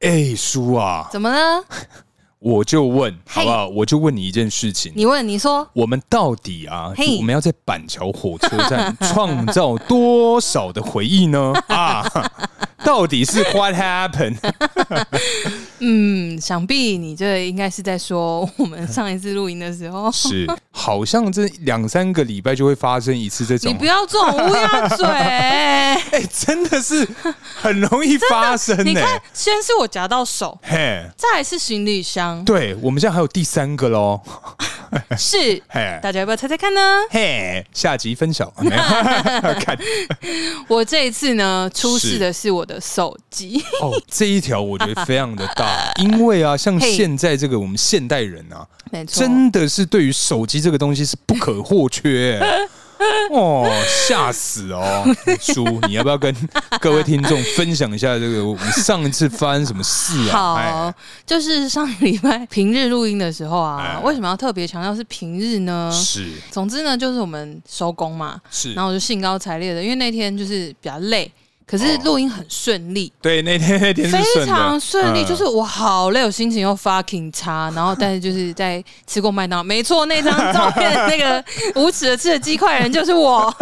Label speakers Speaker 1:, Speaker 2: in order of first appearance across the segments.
Speaker 1: 哎，叔啊，
Speaker 2: 怎么呢？
Speaker 1: 我就问
Speaker 2: 嘿
Speaker 1: 好不好？我就问你一件事情，
Speaker 2: 你问，你说，
Speaker 1: 我们到底啊，
Speaker 2: 嘿
Speaker 1: 就我们要在板桥火车 站创造多少的回忆呢？啊，到底是 What happened？
Speaker 2: 嗯，想必你这应该是在说我们上一次录音的 时候。
Speaker 1: 是，好像这两三个礼拜就会发生一次这种
Speaker 2: 你不，要这种乌鸦嘴！
Speaker 1: 哎、真的是很容易发 生
Speaker 2: 你
Speaker 1: 呢、
Speaker 2: 看，先是我夹到手，
Speaker 1: 嘿，
Speaker 2: 再来是行李箱，
Speaker 1: 对，我们现在还有第三个喽，
Speaker 2: 是
Speaker 1: 嘿。
Speaker 2: 大家要不要猜猜看呢？
Speaker 1: 嘿，下集分 享。没有看
Speaker 2: 我这一次呢，出
Speaker 1: 是
Speaker 2: 事的是我的手 机。
Speaker 1: 哦，这一条我觉 得非常的大，因为啊，像
Speaker 2: 嘿
Speaker 1: 现在这个我们现代人啊，
Speaker 2: 没错，
Speaker 1: 真的是对于手机这个东西是不可或 缺、欸。哦，吓死哦！叔，你要不要跟各位听众分享一下这个我们上一次发生什么事啊？哎，
Speaker 2: 好，就是上个礼拜平日录音的时候啊
Speaker 1: 哎，
Speaker 2: 为什么要特别强调是平日呢？
Speaker 1: 是
Speaker 2: 总之呢，就是我们收工嘛，
Speaker 1: 是
Speaker 2: 嗯然，后我就兴高采烈的，因为那天就是比较累，可是录音很顺利。
Speaker 1: 对，那 天那哦天是
Speaker 2: 非
Speaker 1: 顺的
Speaker 2: 常顺利，
Speaker 1: 嗯
Speaker 2: 就是我好累，我心情又 fucking 差，然后但是就是在吃过麦当劳，没错，那张照片那个无耻的吃的鸡块人就 是我，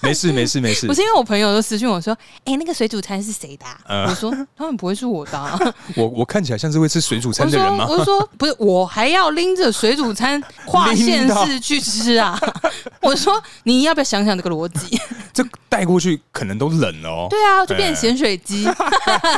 Speaker 1: 没事没事没事
Speaker 2: 不，是因为我朋友都私讯我说，哎、那个水煮餐是谁的啊、
Speaker 1: 嗯
Speaker 2: 我说当然不会是我 的、啊，
Speaker 1: 我我看起来像是会吃水煮
Speaker 2: 我
Speaker 1: 餐的
Speaker 2: 说
Speaker 1: 人吗？
Speaker 2: 我说不是，我还要拎着水煮 餐跨县市去吃啊！ 我说你要不要想想这个逻辑？
Speaker 1: 这带过去可能都冷了哦，
Speaker 2: 对啊，就变咸水鸡，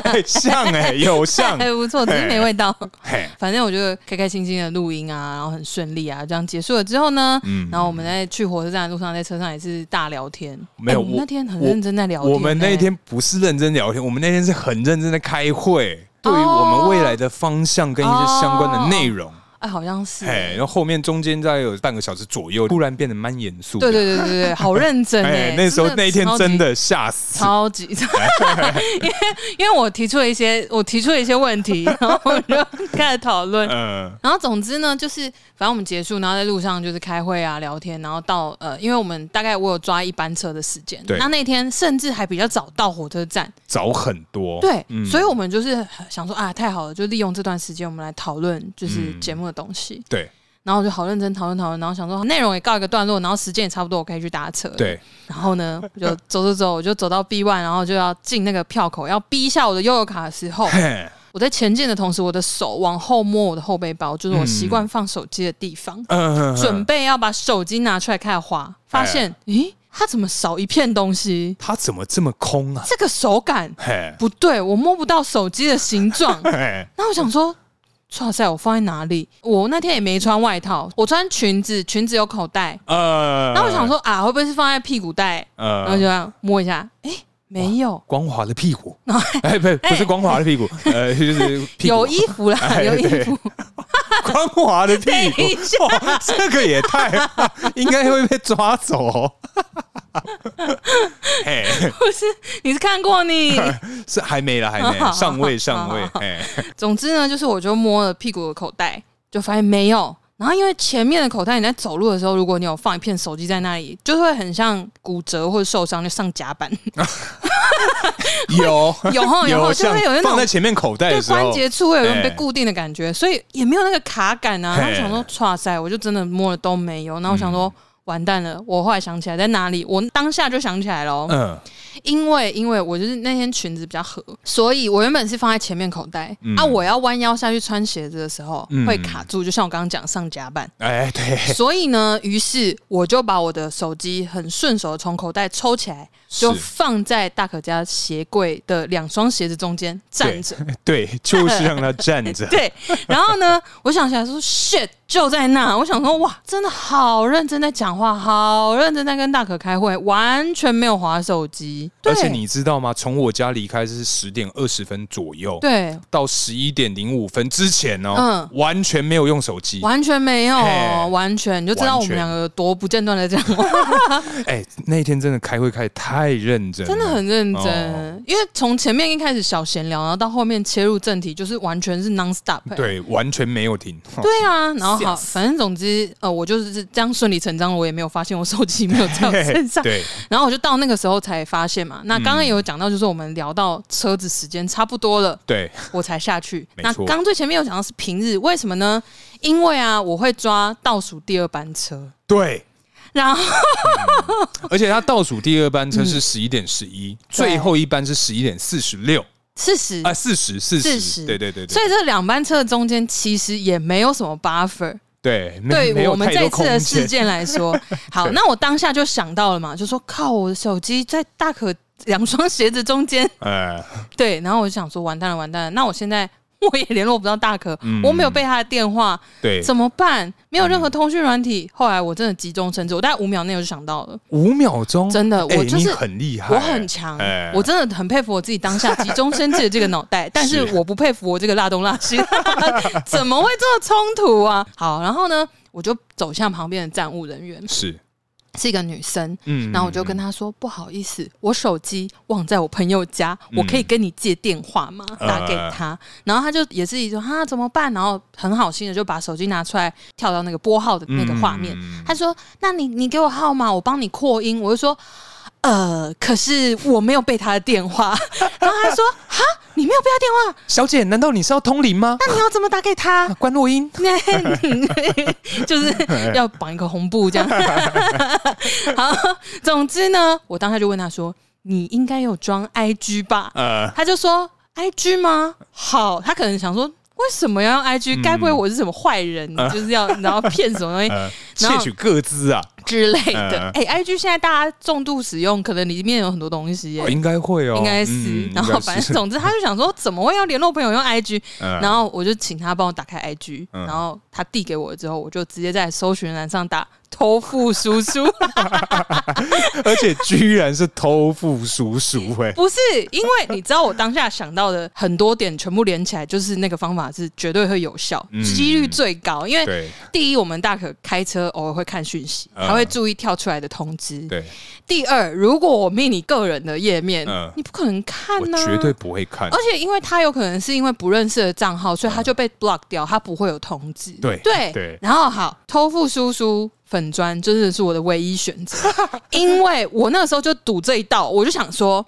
Speaker 1: 嘿 像哎，有 像
Speaker 2: 还不错，只是没味道。
Speaker 1: 嘿，
Speaker 2: 反正我就开开心心的录音啊，然后很顺利啊，这样结束了之后呢，
Speaker 1: 嗯
Speaker 2: 然后我们在去火车站的路上，在车上也是大聊天。
Speaker 1: 没有
Speaker 2: 哎我们
Speaker 1: 我
Speaker 2: 那天很认真在聊天、哎
Speaker 1: 我们那天不是认真聊天，我们那天是很认真的开会，
Speaker 2: 哦
Speaker 1: 对于我们未来的方向跟一些相关的内容。
Speaker 2: 哎，哎，好像是，
Speaker 1: 哎，然后后面中间大概有半个小时左右，突然变得蛮严肃。
Speaker 2: 对，对对对对，好认真 哎、
Speaker 1: 哎，那时候
Speaker 2: 真的
Speaker 1: 那一天
Speaker 2: 超级
Speaker 1: 真的吓死。
Speaker 2: 超级，因为因为我提出了一些我提出了一些问题，然后我就开始讨论。
Speaker 1: 嗯，
Speaker 2: 然后总之呢，就是反正我们结束，然后在路上就是开会啊、聊天，然后到呃，因为我们大概我有抓一班车的时间，
Speaker 1: 对
Speaker 2: 那那天甚至还比较早到火车站，
Speaker 1: 早很多。
Speaker 2: 对，
Speaker 1: 嗯
Speaker 2: 所以我们就是想说啊，太好了，就利用这段时间我们来讨论就是
Speaker 1: 嗯
Speaker 2: 节目的东西，
Speaker 1: 对
Speaker 2: 然后我就好认真讨论讨论，然后想说啊内容也告一个段落，然后时间也差不多，我可以去搭车，
Speaker 1: 对，
Speaker 2: 然后呢，我就走走走，我就走到 B one，然后就要进那个票口，要逼一下我的悠游卡的时 候，
Speaker 1: 嘿，
Speaker 2: 我在前进的同时，我的手往后摸我的后背包，就是我习惯放手机的地方，
Speaker 1: 嗯，哎
Speaker 2: 准备要把手机拿出来开始滑，发现，咦，它怎么少一片东西？
Speaker 1: 他怎么这么空啊？
Speaker 2: 这个手感
Speaker 1: 嘿，。
Speaker 2: 不对，我摸不到手机的形状
Speaker 1: 嘿，
Speaker 2: 那我想说。哇塞！我放在哪里？我那天也没穿外套，我穿裙子，裙子有口袋。
Speaker 1: 呃，
Speaker 2: 然后我想，说啊，会不会是放在屁股袋？然后就这
Speaker 1: 呃，
Speaker 2: 样摸一下，哎、没有，
Speaker 1: 光滑的屁 股，哎，不，不是光滑的屁股，呃，就是屁股
Speaker 2: 有衣服啦，
Speaker 1: 哎
Speaker 2: 有衣
Speaker 1: 对
Speaker 2: 服。
Speaker 1: 光滑的屁
Speaker 2: 等一下
Speaker 1: 股，哇，这个也太应该会被抓走、 哦。嘿，
Speaker 2: 你是看过你？
Speaker 1: 是还没了，还没上位上位，哎，
Speaker 2: 总之呢，就是我就摸了屁股的口袋，就发现没有。然后因为前面的口袋，你在走路的时候，如果你有放一片手机在那里，就会很像骨折或者受伤，就上甲板，
Speaker 1: 有
Speaker 2: 有吼有吼，就
Speaker 1: 像
Speaker 2: 会有那
Speaker 1: 放在
Speaker 2: 种
Speaker 1: 前面口袋
Speaker 2: 对
Speaker 1: 的时
Speaker 2: 关
Speaker 1: 候，
Speaker 2: 节处会有种被
Speaker 1: 哎
Speaker 2: 固定的感觉，所以也没有那个卡感啊。然后
Speaker 1: 嘿
Speaker 2: 想说，哇塞，我就真的摸了都没有。然后我想
Speaker 1: 嗯
Speaker 2: 说，完蛋了，我后来想起来在哪里，我当下就想起来了哦。
Speaker 1: 嗯，
Speaker 2: 因为因为我就是那天裙子比较合，所以我原本是放在前面口袋、
Speaker 1: 嗯
Speaker 2: 啊，我要弯腰下去穿鞋子的时候、
Speaker 1: 嗯
Speaker 2: 会卡住，就像我刚刚讲上夹板，
Speaker 1: 哎，对，
Speaker 2: 所以呢，于是我就把我的手机很顺手地从口袋抽起来，就是放在大可家鞋柜的两双鞋子中间 站着，
Speaker 1: 对，就是让他站着，
Speaker 2: 对，然后呢，我想起来说 shit 就在那，我想说哇，真的好认真在讲话，好认真在跟大可开会，完全没有划手机，对
Speaker 1: 而且你知道吗？从我家离开是十点二十分左右，
Speaker 2: 对。
Speaker 1: 到十一点零五分之前哦，
Speaker 2: 嗯
Speaker 1: 完全没有用手机，
Speaker 2: 完全没有
Speaker 1: 嘿，
Speaker 2: 完全你就知道
Speaker 1: 完
Speaker 2: 我
Speaker 1: 全
Speaker 2: 们两个有多不间断的这样。
Speaker 1: 哎、那一天真的开会开的太太认真了，
Speaker 2: 真的很认真，
Speaker 1: 哦
Speaker 2: 因为从前面一开始小闲聊，然后到后面切入正题，就是完全是 non stop、欸。
Speaker 1: 对，完全没有停。
Speaker 2: 对啊，然后好，
Speaker 1: 吓死
Speaker 2: 反正总之，呃，我就是这样顺理成章，我也没有发现我手机没有在 我身上。
Speaker 1: 对，
Speaker 2: 然后我就到那个时候才发现嘛。那刚刚
Speaker 1: 嗯
Speaker 2: 也有讲到，就是我们聊到车子时间差不多了，
Speaker 1: 对，
Speaker 2: 我才下去。
Speaker 1: 没
Speaker 2: 那
Speaker 1: 错
Speaker 2: 刚最前面有讲到是平日，为什么呢？因为啊，我会抓倒数第二班车，
Speaker 1: 对。
Speaker 2: 然后
Speaker 1: 而且他倒数第二班车
Speaker 2: 嗯
Speaker 1: 是十一点十一，最后一班是十一点四十六
Speaker 2: 四十、
Speaker 1: 啊，四十四
Speaker 2: 40
Speaker 1: 十，对对对
Speaker 2: 所
Speaker 1: 对，
Speaker 2: 以这两班车中间其实也没有什么 buffer。
Speaker 1: 对，没没
Speaker 2: 对
Speaker 1: 有
Speaker 2: 我们
Speaker 1: 太
Speaker 2: 这
Speaker 1: 多
Speaker 2: 一次的
Speaker 1: 空
Speaker 2: 事
Speaker 1: 间，
Speaker 2: 件 来说，好，
Speaker 1: 对
Speaker 2: 那我当下就想到了嘛，就说靠，我的手机在大可两双鞋子中间，
Speaker 1: 呃，
Speaker 2: 对，然后我就想说完蛋了，完蛋了，那我现在 我也联络不到大可，
Speaker 1: 嗯
Speaker 2: 我没有备他的电话，
Speaker 1: 对，嗯
Speaker 2: 怎么办？没有任何通讯软体。后来我真的急中生智，我大概五秒内我就想到了，
Speaker 1: 五秒钟，
Speaker 2: 真的，
Speaker 1: 哎
Speaker 2: 我就
Speaker 1: 你
Speaker 2: 是。
Speaker 1: 很厉害，
Speaker 2: 我很强
Speaker 1: 哎，
Speaker 2: 我真的很佩服我自己当下急中生智的这个脑 袋，但是
Speaker 1: 是
Speaker 2: 我不佩服我这个辣东辣西， 怎么会这么冲突啊？好，然后呢，我就走向旁边的站务人员，
Speaker 1: 是，
Speaker 2: 是一个女生，
Speaker 1: 嗯
Speaker 2: 然后我就跟她说：“不好意思，我手机忘在我朋友家，
Speaker 1: 嗯
Speaker 2: 我可以跟你借电话吗？”
Speaker 1: 呃
Speaker 2: 打给她，然后她就也是一种啊怎么办？然后很好心的就把手机拿出来，跳到那个拨号的那个画面。
Speaker 1: 嗯
Speaker 2: 她说：“那你你给我号码，我帮你扩音。”我就说。呃，可是我没有备她的电话，然后她说：“哈，你没有备她电话，
Speaker 1: 小姐，难道你是要通灵吗？
Speaker 2: 那你要怎么打给她？”
Speaker 1: 啊关洛 音，
Speaker 2: 就是
Speaker 1: 哎
Speaker 2: 要绑一个红布这样。好，总之呢，我当下就问他说：“你应该有装 IG 吧
Speaker 1: 呃？”，
Speaker 2: 他就说：“IG 吗？”好，他可能想说：“为什么要用 IG？
Speaker 1: 嗯啊
Speaker 2: 该不会我是什么坏人，就是要然后骗什么东西
Speaker 1: 呃，窃
Speaker 2: 然后
Speaker 1: 取各自啊，
Speaker 2: 之类的
Speaker 1: 呃？”
Speaker 2: 哎，IG 现在大家重度使用，可能里面有很多东西耶
Speaker 1: 哦。应该会哦，
Speaker 2: 应该是，
Speaker 1: 嗯
Speaker 2: 然后
Speaker 1: 应该
Speaker 2: 反
Speaker 1: 是
Speaker 2: 正总之，他就想说，怎么会要联络朋友用 IG？
Speaker 1: 呃
Speaker 2: 然后我就请他帮我打开 IG，、
Speaker 1: 嗯
Speaker 2: 然后他递给我之后，我就直接在搜寻栏上打“偷富叔叔
Speaker 1: 而且居然是偷富叔叔”，哎，
Speaker 2: 不是因为你知道我当下想到的很多点全部连起来，就是那个方法是绝对会有效，
Speaker 1: 嗯
Speaker 2: 几率最高。因为
Speaker 1: 对
Speaker 2: 第一，我们大可开车偶尔会看讯息，
Speaker 1: 嗯
Speaker 2: 还会注意跳出来的通知；
Speaker 1: 对，
Speaker 2: 第二，如果我命你个人的页面，
Speaker 1: 嗯
Speaker 2: 你不可能看啊
Speaker 1: 我
Speaker 2: 呢、
Speaker 1: 绝对不会看
Speaker 2: 而，且因为他有可能是因为不认识的账号，所以他就被 block 掉，他不会有通知。
Speaker 1: 嗯对
Speaker 2: 对
Speaker 1: 对
Speaker 2: 然后好，偷富叔叔粉砖真的是我的唯一选 择，因为我那个时候就赌这一道，我就想说，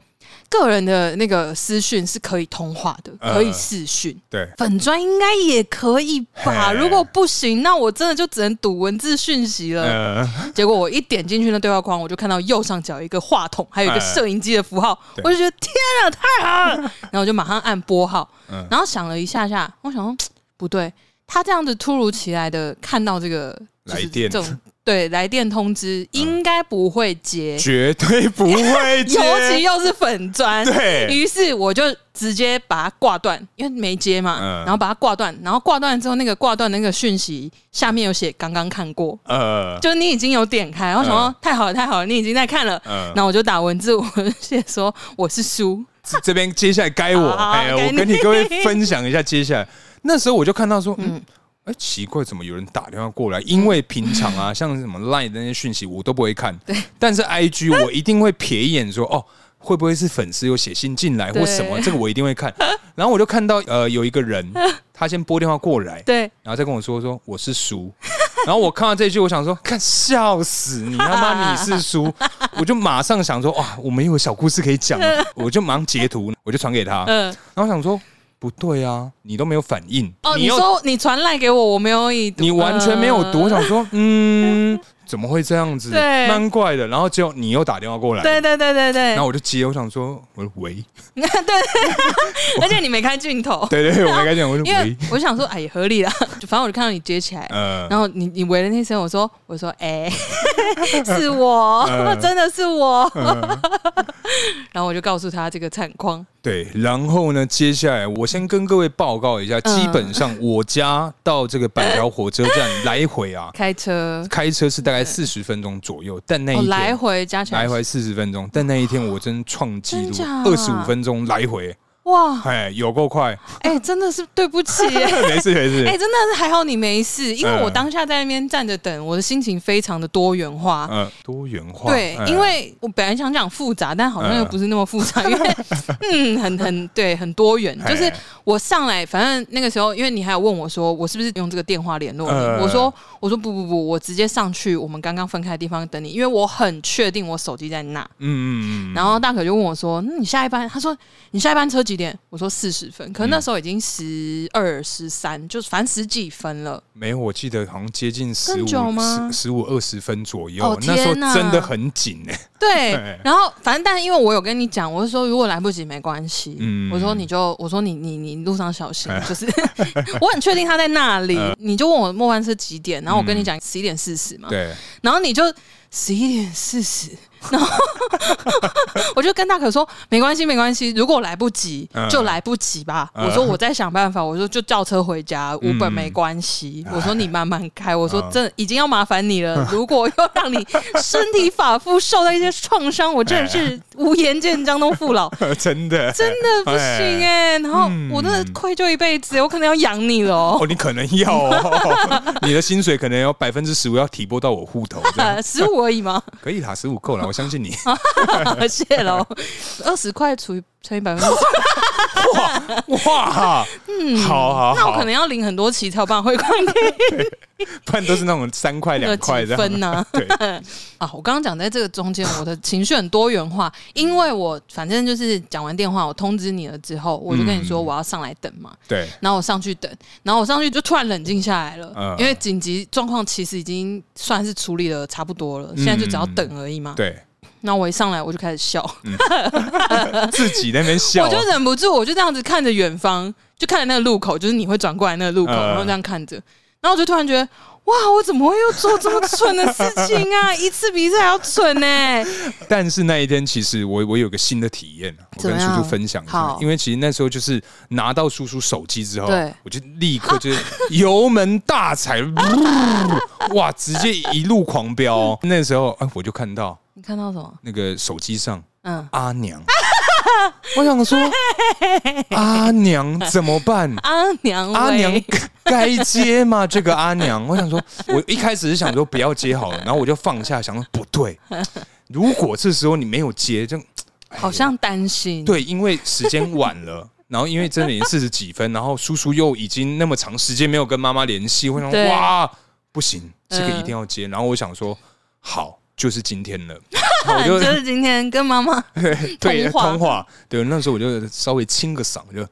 Speaker 2: 个人的那个私讯是可以通话的，
Speaker 1: 呃
Speaker 2: 可以视讯。
Speaker 1: 对，
Speaker 2: 粉砖应该也可以吧？
Speaker 1: 嘿
Speaker 2: 如果不行，那我真的就只能赌文字讯息了。
Speaker 1: 呃，
Speaker 2: 结果我一点进去那对话框，我就看到右上角一个话筒，还有一个摄影机的符号，
Speaker 1: 哎对
Speaker 2: 我就觉得天啊，太 好了！然后我就马上按拨号，
Speaker 1: 嗯
Speaker 2: 然后想了一下下，我想说嘖不对，他这样子突如其来的看到这个就是
Speaker 1: 来电嗯
Speaker 2: 这种对来电通知，应该不会接，
Speaker 1: 绝对不 会接，
Speaker 2: 尤其又是粉砖，
Speaker 1: 对，
Speaker 2: 于是我就直接把它挂断，因为没接嘛，
Speaker 1: 嗯
Speaker 2: 然后把它挂断，然后挂断之后，那个挂断的那个讯息下面有写刚刚看过，
Speaker 1: 呃，
Speaker 2: 就你已经有点开，然后想说、
Speaker 1: 嗯
Speaker 2: 太好了太好了，你已经在看了，
Speaker 1: 嗯啊
Speaker 2: 然后我就打文字，我就写说我是 书，
Speaker 1: 这 这边接下来该我，
Speaker 2: 好
Speaker 1: 哎，
Speaker 2: 该
Speaker 1: 我
Speaker 2: 你
Speaker 1: 跟你各 位分享一下，接下来那时候我就看到说，嗯。哎，奇怪，怎么有人打电话过来？因为平常 啊，像什么 Line 的那些讯息，我都不会看。对，但是 IG 我一定会瞥一眼说，哦，会不会是粉丝有写信进来
Speaker 2: 对
Speaker 1: 或什么？这个我一定会看。然后我就看到，呃，有一个 人，他先拨电话过来，
Speaker 2: 对，
Speaker 1: 然后再跟我说说我是叔， 然后我看到这句，我想说，看笑死你他妈你是叔，我就马上想说哇，我们有小故事可以 讲了，我就马上截图，我就传给他，
Speaker 2: 嗯、
Speaker 1: 然后想说不对啊，你都没有反应，
Speaker 2: 哦，你
Speaker 1: 又
Speaker 2: 说你传赖给我，我没有已读，
Speaker 1: 你完全没有读，我
Speaker 2: 呃
Speaker 1: 想说嗯，怎么会这样子，
Speaker 2: 对
Speaker 1: 蛮怪的，然后结果你又打电话过来，
Speaker 2: 呃对对对对对
Speaker 1: 然，后我就接，我想说我说喂，
Speaker 2: 而且你没开镜头，
Speaker 1: 对对，对我没该讲，我说
Speaker 2: 因为
Speaker 1: 喂，
Speaker 2: 我想说哎也合理啦， 就反正我就看到你接起来，
Speaker 1: 呃，
Speaker 2: 然后你你喂了那声，我说我说哎、 是我，
Speaker 1: 嗯
Speaker 2: 真的是我， 然后我就告诉他这个惨况，
Speaker 1: 对，然后呢，接下来我先跟各位报告一下，
Speaker 2: 嗯
Speaker 1: 基本上我家到这个板桥火车站来回 啊，
Speaker 2: 开车
Speaker 1: 开车是大概四十分钟左右，但那
Speaker 2: 哦
Speaker 1: 一
Speaker 2: 来
Speaker 1: 天。
Speaker 2: 回加起来
Speaker 1: 来回四十分钟，但那一天我真创纪录
Speaker 2: 真假，哦
Speaker 1: 二十五分钟来回，
Speaker 2: 哇，
Speaker 1: 哎，有够 快，
Speaker 2: 哎、真的是对不起、哎
Speaker 1: 没事没事
Speaker 2: 哎、，真的是还好你没事，因为我
Speaker 1: 嗯
Speaker 2: 当下在那边站着等，我的心情非常的多元化。
Speaker 1: 嗯，多元化，嗯
Speaker 2: 对，
Speaker 1: 哎
Speaker 2: 因为我本来想讲复杂，但好像又不是那么复杂，因 为嗯，很很对，很多元。
Speaker 1: 哎
Speaker 2: 就是我上来，反正那个时候，因为你还有问我说，我是不是用这个电话联络你？
Speaker 1: 嗯
Speaker 2: 我说，我说不不不，我直接上去我们刚刚分开的地方等你，因为我很确定我手机在那。
Speaker 1: 嗯嗯嗯，
Speaker 2: 然后大可就问我说：“那你下一班？”他说：“你下一班车几点？”我说：“四十分。”可是那
Speaker 1: 嗯
Speaker 2: 时候已经十二、十三，就是反正十几分了。
Speaker 1: 没有，我记得好像接近十
Speaker 2: 更
Speaker 1: 五
Speaker 2: 久吗
Speaker 1: 十十五二十分左右
Speaker 2: 哦，
Speaker 1: 那时候
Speaker 2: 天哪
Speaker 1: 真的很紧哎，
Speaker 2: 对
Speaker 1: 对，
Speaker 2: 然后反正，但是因为我有跟你讲，我是说如果来不及没关系，
Speaker 1: 嗯哎
Speaker 2: 我说你就我说你你你路上小心，就是 我很确定他在那里，
Speaker 1: 呃
Speaker 2: 你就问我末班车几点，然后我
Speaker 1: 嗯
Speaker 2: 跟你讲十一点四十嘛，
Speaker 1: 对，
Speaker 2: 然后你就十一点四十， 然后我就跟大可说没关系没关系，如果来不及
Speaker 1: 嗯
Speaker 2: 就来不及吧，
Speaker 1: 嗯
Speaker 2: 我说我再想办法，我说就叫车回家，五
Speaker 1: 嗯哎
Speaker 2: 本没关系，我说你慢慢开，我说真的已经要麻烦你 了，如果又让你身体发肤受到一些创伤，我真的
Speaker 1: 哎
Speaker 2: 是无颜见张东 父老。
Speaker 1: 真的
Speaker 2: 真的不行哎、然后
Speaker 1: 哎嗯
Speaker 2: 我真的愧疚一辈子，我可能要养你了哦。
Speaker 1: 哦，你可能要哦， 你的薪水可能要百分之十五要提拨到我户头，这样
Speaker 2: 呃十五而已吗？
Speaker 1: 可以啦，十五够了，我相信你。
Speaker 2: 谢喽，二十块除以乘以百分之
Speaker 1: 哇，好好
Speaker 2: 那我可
Speaker 1: 嗯好
Speaker 2: 能，要领很多期才有办法汇款给
Speaker 1: 不然都是那种三块
Speaker 2: 那
Speaker 1: 两块
Speaker 2: 几
Speaker 1: 这
Speaker 2: 分
Speaker 1: 样。
Speaker 2: 呢、
Speaker 1: 对，
Speaker 2: 啊，我刚刚讲在这个中间，我的情绪很多元化，因为我反正就是讲完电话，我通知你了之后，我就跟你说
Speaker 1: 嗯
Speaker 2: 我要上来等嘛。
Speaker 1: 对，
Speaker 2: 然后我上去等，然后我上去就突然冷静下来了，
Speaker 1: 嗯
Speaker 2: 因为紧急状况其实已经算是处理的差不多了，现在就只要等而已嘛。
Speaker 1: 嗯对，
Speaker 2: 那我一上来我就开始笑，
Speaker 1: 自己在那边笑
Speaker 2: 我，就忍不住，我就这样子看着远方，就看着那个路口，就是你会转过来那个路口，
Speaker 1: 嗯
Speaker 2: 然后这样看着，然后我就突然觉得。哇！我怎么会又做这么蠢的事情啊？一次比一次还要蠢呢、
Speaker 1: 但是那一天其实我我有个新的体验，啊我
Speaker 2: 怎么
Speaker 1: 跟叔
Speaker 2: 样
Speaker 1: 叔分享一下
Speaker 2: 好，
Speaker 1: 因为其实那时候就是拿到叔叔手机之后
Speaker 2: 对，
Speaker 1: 我就立刻就是 油门大踩，哇，直接一路狂飙哦。
Speaker 2: 嗯
Speaker 1: 那时候哎，我就看到
Speaker 2: 你看到什么？
Speaker 1: 那个手机上
Speaker 2: 嗯，
Speaker 1: 阿娘， 我想 说阿娘怎么办？
Speaker 2: 阿娘，
Speaker 1: 阿娘，该接吗？ 这个阿娘，我想说，我一开始是想说不要接好了，然后我就放下，想说不对， 如果这时候你没有接，
Speaker 2: 嗯
Speaker 1: 就
Speaker 2: 好像担心。，
Speaker 1: 对，因为时间晚 了。然后因为真的已经四十几分，然后叔叔又已经那么长时间没有跟妈妈联系，我想
Speaker 2: 对
Speaker 1: 哇，不行，这个
Speaker 2: 嗯
Speaker 1: 一定要接。然后我想说，好，就是今天 了，我
Speaker 2: 就
Speaker 1: 就是
Speaker 2: 今天跟 妈妈，
Speaker 1: 对
Speaker 2: 通话
Speaker 1: 通话，对，那时候我就稍微清个嗓，就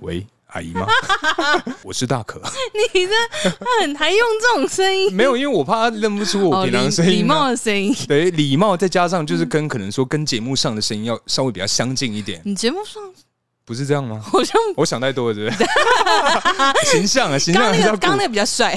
Speaker 1: 喂阿姨吗？ 我是大可，
Speaker 2: 你这嗯还用这种声音？
Speaker 1: 没有，因为我怕他认嗯不出我
Speaker 2: 哦，
Speaker 1: 平常的声
Speaker 2: 礼礼
Speaker 1: 音、啊。
Speaker 2: 貌的嗯声音。
Speaker 1: 对，礼貌再加上就是跟可能说跟节目上的声音要稍微比较相近一点，
Speaker 2: 你节目上
Speaker 1: 不是这样吗？
Speaker 2: 好像
Speaker 1: 我想太多了，是不是？ 形象啊，形象还
Speaker 2: 刚那
Speaker 1: 是
Speaker 2: 个
Speaker 1: 要
Speaker 2: 刚那
Speaker 1: 顾。
Speaker 2: 个比较帅。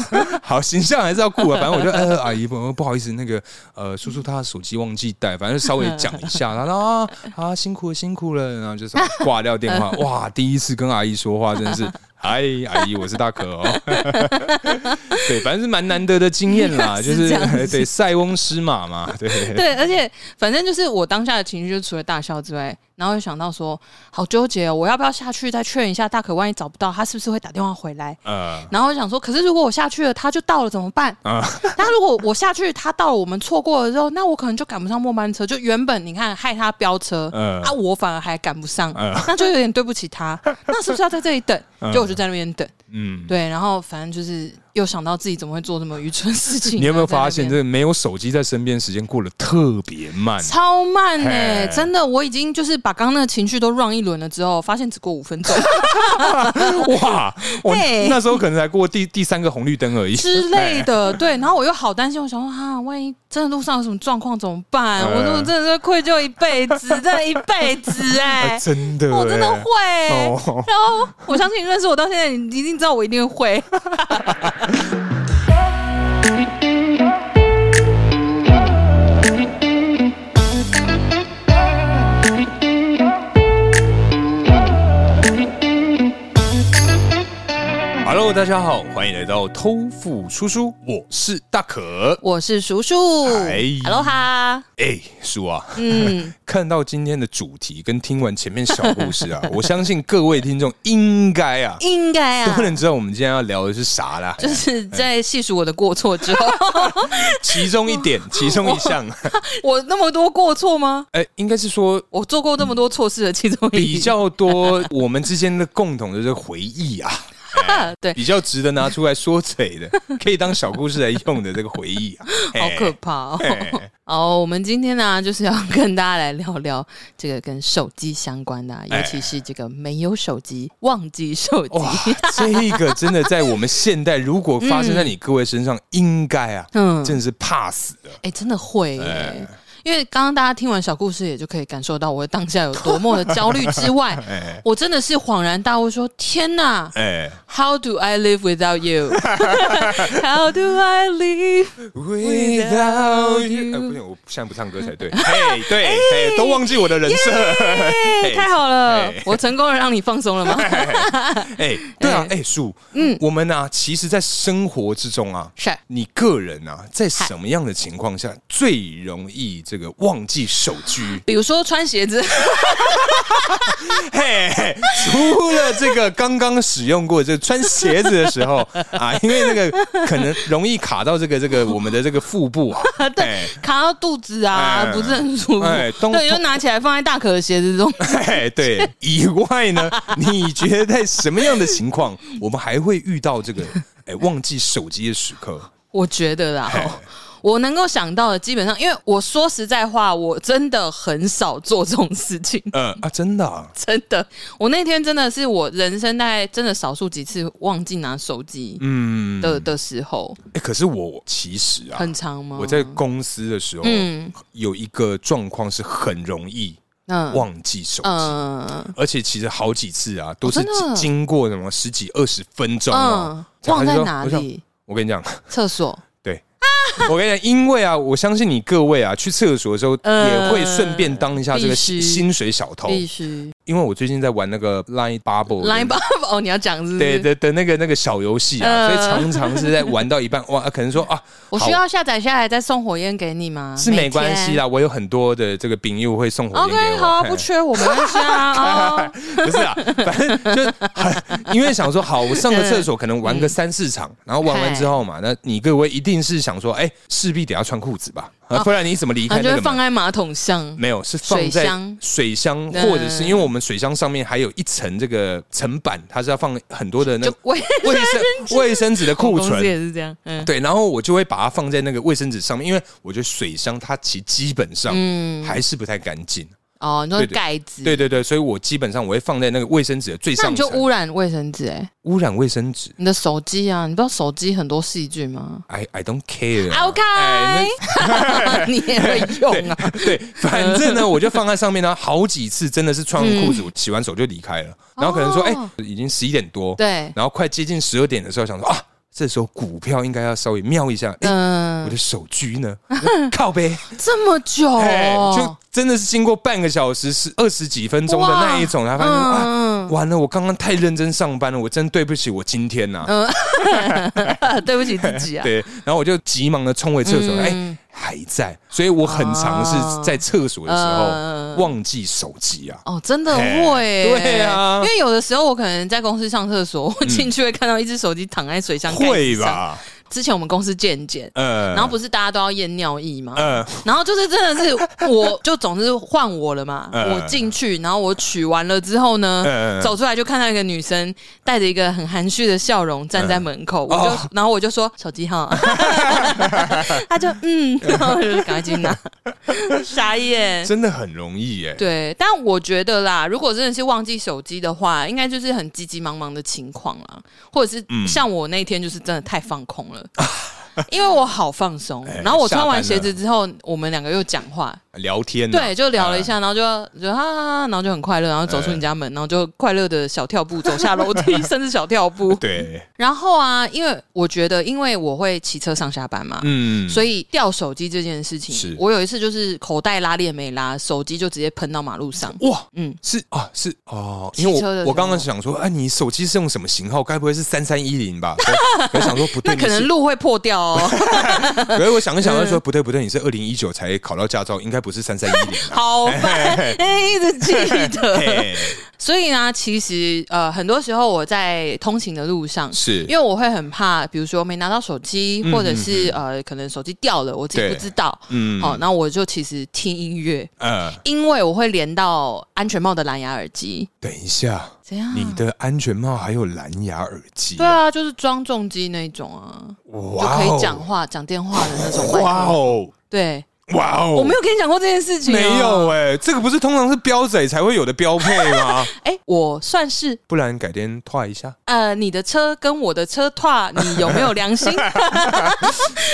Speaker 1: 好，形象还是要顾啊。反正我就呃，阿姨不不好意思，那个呃，叔叔他手机忘记带，反正稍微讲一下，然后啊啊辛苦了辛苦了，然后就稍微 挂掉电话。哇，第一次跟阿姨说话，真的是。 嗨，阿姨，我是大可哦。 对，反正是蛮难得的经验 啦，就是是
Speaker 2: 这样子
Speaker 1: 对塞翁失马嘛，对。
Speaker 2: 对，而且反正就是我当下的情绪，就除了大笑之外，然后又想到说，好纠结哦，我要不要下去再确认一下大可？万一找不到，他是不是会打电话回来？
Speaker 1: 呃，
Speaker 2: 然后我想说，可是如果我下去了，他就到了怎么办？
Speaker 1: 啊
Speaker 2: 那如果我下去，他到了，我们错过了之后，那我可能就赶不上末班车。就原本你看害他飙车，
Speaker 1: 嗯
Speaker 2: 啊，我反而还赶不上，
Speaker 1: 嗯
Speaker 2: 那就有点对不 起他。那是不是要在这里等？就我就在那边等，
Speaker 1: 嗯，
Speaker 2: 对，然后反正就是又想到自己怎么会做这么愚蠢的事情啊。
Speaker 1: 你有没有
Speaker 2: 在那
Speaker 1: 发现，
Speaker 2: 边
Speaker 1: 这个没有手机在身边，时间过得特别慢？
Speaker 2: 超慢哎、
Speaker 1: 嘿
Speaker 2: 真的，我已经就是把刚刚那个情绪都 run 一轮了之后，发现只过五分 钟
Speaker 1: 哇，我
Speaker 2: 嘿
Speaker 1: 那时候可能才过第第三个红绿灯而已。哎
Speaker 2: 之类的，对，然后我又好担心，我想说啊，万一真的路上有什么状况怎么办？
Speaker 1: 嗯
Speaker 2: 我说我真的是愧疚一辈子，真的一辈子哎、
Speaker 1: 啊 真的欸，
Speaker 2: 我真的会、欸，
Speaker 1: 哦，
Speaker 2: 然后我相信你认识我到现在，你一定知道我一定会。
Speaker 1: Hello，大家好，欢迎来到偷富叔叔，我是大可。
Speaker 2: 我是叔叔
Speaker 1: 嗨
Speaker 2: ，Hello 哈，
Speaker 1: 哎，叔啊，
Speaker 2: 嗯，
Speaker 1: 看到今天的主题跟听完前面小故事 啊，我相信各位听众应该啊
Speaker 2: 应该啊
Speaker 1: 都，能知道我们今天要聊的是啥 啦。
Speaker 2: 就是在细数我的过错之后，
Speaker 1: 其中一点，其中一项，
Speaker 2: 我那么多过错吗？
Speaker 1: 哎，应该是说
Speaker 2: 我做过那么多错事的其中一
Speaker 1: 比较多我们之间的共同的这个回忆 啊，
Speaker 2: 对，
Speaker 1: 比较值得拿出来说嘴的，可以当小故事来用的这个回忆 啊，
Speaker 2: 好可怕哦。
Speaker 1: 哎
Speaker 2: 哦，我们今天呢、就是要跟大家来聊聊这个跟手机相关的啊、
Speaker 1: 哎
Speaker 2: 尤其是这个没有手机、忘记手机。
Speaker 1: 哇，这个真的在我们现代，如果发生在你各位身上，应该啊，
Speaker 2: 嗯，
Speaker 1: 真的是怕死的。
Speaker 2: 哎、真的会耶、
Speaker 1: 哎
Speaker 2: 因为刚刚大家听完小故事，也就可以感受到我当下有多么的焦虑之外，
Speaker 1: 哎
Speaker 2: 我真的是恍然大悟说天哪
Speaker 1: 哎
Speaker 2: ，How do I live without you？How do I live？
Speaker 1: ，Without you，
Speaker 2: you
Speaker 1: 呃不行，我现在不唱歌才对。嘿，对，嘿，都忘记我的人设。
Speaker 2: 哎、太好了
Speaker 1: 哎
Speaker 2: 我成功的让你放松了 吗？
Speaker 1: 哎，对啊，哎，叔，嗯，我们啊，其实，在生活之中啊，
Speaker 2: 是。
Speaker 1: 你个人啊，在什么样的情况下最容易这个忘记手机？
Speaker 2: 比如说穿鞋子，
Speaker 1: 嘿，除了这个刚刚使用过，就穿鞋子的 时候啊，因为那个可能容易卡到这个这个我们的这个腹部啊， 对，
Speaker 2: 卡到肚子啊，
Speaker 1: 哎
Speaker 2: 不是很舒服。
Speaker 1: 哎东
Speaker 2: 对，就拿起来放在大可的鞋子中。
Speaker 1: 嘿对，以外呢，你觉得在什么样的情况，我们还会遇到这个哎忘记手机的时刻？
Speaker 2: 我觉得啦，哦我能够想到的，基本上，因为我说实在话，我真的很少做这种事情。
Speaker 1: 呃啊，真的、啊，
Speaker 2: 真的，我那天真的是我人生大概真的少数几次忘记拿手机
Speaker 1: 嗯，
Speaker 2: 的、的时候，
Speaker 1: 哎可是我其实啊，
Speaker 2: 很长吗？
Speaker 1: 我在公司的时候，
Speaker 2: 嗯
Speaker 1: 有一个状况是很容易
Speaker 2: 嗯
Speaker 1: 忘记手机。
Speaker 2: 嗯
Speaker 1: 而且其实好几次啊，都是
Speaker 2: 哦真的
Speaker 1: 经经过什么十几二十分钟
Speaker 2: 嗯
Speaker 1: 啊，，才
Speaker 2: 忘
Speaker 1: 发
Speaker 2: 在
Speaker 1: 现说
Speaker 2: 哪？
Speaker 1: 我想
Speaker 2: 里？
Speaker 1: 我跟你讲，
Speaker 2: 厕所。
Speaker 1: 对， 我跟你讲，因为啊，我相信你各位啊，去厕所的时候
Speaker 2: 嗯
Speaker 1: 也会顺便当一下这
Speaker 2: 必
Speaker 1: 个
Speaker 2: 须
Speaker 1: 薪水小偷，
Speaker 2: 必须
Speaker 1: 因为我最近在玩那个 Line Bubble
Speaker 2: 来吧， 哦，你要讲是不是？
Speaker 1: 对的的那个那个小游戏啊，所
Speaker 2: 嗯
Speaker 1: 以常常是在玩到一半，哇，可能说啊，
Speaker 2: 我
Speaker 1: 好
Speaker 2: 需要下载下来再送火焰给你吗？
Speaker 1: 是没关系
Speaker 2: 啦。
Speaker 1: 啦，我有很多的这个饼友会送火焰给
Speaker 2: OK，
Speaker 1: 我，
Speaker 2: 好啊，
Speaker 1: 嘿
Speaker 2: 不缺我没关系啊。哦
Speaker 1: 不是啊，反正就是很因为想说，好，我上个厕所可能玩
Speaker 2: 嗯
Speaker 1: 个三四场，然后玩完之后嘛，那你各位一定是想说，哎，势必得要穿裤子吧，啊不 然你怎么离
Speaker 2: 然
Speaker 1: 开
Speaker 2: 后哦就
Speaker 1: 那
Speaker 2: 会
Speaker 1: 个
Speaker 2: 放
Speaker 1: 门？
Speaker 2: 在马桶上。
Speaker 1: 没有，是放在
Speaker 2: 水箱
Speaker 1: 水箱，
Speaker 2: 嗯
Speaker 1: 或者是因为我们水箱上面还有一层这个层板，它是要放很多的那
Speaker 2: 就
Speaker 1: 个
Speaker 2: 我
Speaker 1: 卫生卫生纸的 库
Speaker 2: 公司
Speaker 1: 存。
Speaker 2: 也是这样，嗯
Speaker 1: 对，然后我就会把它放在那个卫生纸上面，因为我觉得水箱它其实基本上
Speaker 2: 嗯，
Speaker 1: 还是不太干净。
Speaker 2: 哦，你说
Speaker 1: 对对
Speaker 2: 盖子，
Speaker 1: 对对对，所以我基本上我会放在那个卫生纸的最
Speaker 2: 那
Speaker 1: 上
Speaker 2: 你就
Speaker 1: 层，
Speaker 2: 污染卫生纸哎，
Speaker 1: 污染卫生纸。
Speaker 2: 你的手机啊，你不知道手机很多细菌吗
Speaker 1: I I don't care 啊。
Speaker 2: ？OK，
Speaker 1: 哎
Speaker 2: 你也会用啊？
Speaker 1: 那 对，反正呢，我就放在上面呢，好几次真的是穿完裤子，我洗完手就离开了，然后可能说，哎
Speaker 2: 嗯哦，
Speaker 1: 已经十一点多，
Speaker 2: 对，
Speaker 1: 然后快接近十二点的时候，想说啊，这时候股票应该要稍微瞄一下，哎，我
Speaker 2: 嗯
Speaker 1: 的，手机呢？ 靠呗，
Speaker 2: 这么久
Speaker 1: 哎，
Speaker 2: 哦，
Speaker 1: 就真的是经过半个小时、是二十几分钟的那一种，才发现说啊，
Speaker 2: 嗯
Speaker 1: 完了，我刚刚太认真上班了，我真对不起我今天呐。
Speaker 2: 嗯， 对不起自己啊，
Speaker 1: 对，然后我就急忙的冲回厕所，
Speaker 2: 嗯哦
Speaker 1: 哎、还在，所以我很常是在厕所的时候、
Speaker 2: 嗯
Speaker 1: 忘记手机啊。
Speaker 2: 哦，真的
Speaker 1: 嘿
Speaker 2: 会耶、
Speaker 1: 对啊嗯
Speaker 2: 因为有的时候我可能在公司上厕所，我进去会看到一只手机躺在水箱盖子
Speaker 1: 会
Speaker 2: 上？
Speaker 1: 吧？
Speaker 2: 之前我们公司健检，
Speaker 1: 呃，
Speaker 2: 然后不是大家都要验尿液吗？
Speaker 1: 呃，
Speaker 2: 然后就是真的是，我就总之换我了嘛，
Speaker 1: 嗯
Speaker 2: 我进去，然后我取完了之后呢，
Speaker 1: 嗯嗯嗯
Speaker 2: 走出来就看到一个女生带着一个很含蓄的笑容站在门口，我就、
Speaker 1: 哦
Speaker 2: 然后我就说手机号， 她就嗯，然后我就赶快进去 拿，傻眼，
Speaker 1: 真的很容易耶、
Speaker 2: 对，但我觉得啦，如果真的是忘记手机的话，应该就是很急急忙忙的情况啦，或者是
Speaker 1: 嗯
Speaker 2: 像我那天就是真的太放空了，因为我好放松
Speaker 1: 哎。
Speaker 2: 然后我
Speaker 1: 下
Speaker 2: 穿完
Speaker 1: 班
Speaker 2: 鞋
Speaker 1: 了
Speaker 2: 子之后，我们两个又讲话，
Speaker 1: 聊天、啊，
Speaker 2: 对，就聊了一下，然后就就哈哈哈，然后就很快乐，然后走出你家门，
Speaker 1: 嗯
Speaker 2: 然后就快乐的小跳步走下 楼梯，甚至小跳步。
Speaker 1: 对，
Speaker 2: 然后啊，因为我觉得，因为我会骑车上下班嘛，
Speaker 1: 嗯，
Speaker 2: 所以掉手机这件事情
Speaker 1: 是，
Speaker 2: 我有一次就是口袋拉链没拉，手机就直接喷到马路上。
Speaker 1: 哇，
Speaker 2: 嗯，
Speaker 1: 是啊，是哦，
Speaker 2: 骑
Speaker 1: 因为
Speaker 2: 车的时
Speaker 1: 我
Speaker 2: 候
Speaker 1: 我刚刚想说，哎、你手机是用什么型号？该不会是三三一零吧？ 我想说不对，
Speaker 2: 那可嗯
Speaker 1: 你
Speaker 2: 能
Speaker 1: 是
Speaker 2: 路会破 掉哦。
Speaker 1: 可是我想一想，他说不对不对，你是二零一九才考到驾照，应该不是三三一零啊。
Speaker 2: 好 烦，哎，一直记得。
Speaker 1: 嘿
Speaker 2: 所以呢，其实呃，很多时候我在通勤的路上，
Speaker 1: 是
Speaker 2: 因为我会很怕，比如说没拿到手机，
Speaker 1: 嗯
Speaker 2: 或者是呃，可能手机掉了，我自己
Speaker 1: 对
Speaker 2: 不知道。
Speaker 1: 嗯
Speaker 2: 好，那我就其实听音乐，
Speaker 1: 呃，
Speaker 2: 因为我会连到安全帽的蓝牙耳机。
Speaker 1: 等一下，
Speaker 2: 怎样？
Speaker 1: 你的安全帽还有蓝牙耳机、
Speaker 2: 嗯对，啊，就是装重机那种啊，就
Speaker 1: 哇
Speaker 2: 可
Speaker 1: 哦
Speaker 2: 以讲话、讲电话的那种麦克。
Speaker 1: 哇哦，
Speaker 2: 对，
Speaker 1: 哇哦，
Speaker 2: 我没有跟你讲过这件啊事情、哦
Speaker 1: 没有。哎、这个不是通常是标仔才会有的标配吗？
Speaker 2: 哎、我算是
Speaker 1: 不然改天拓一下。
Speaker 2: 呃，你的车跟我的车跨，你有没有良心？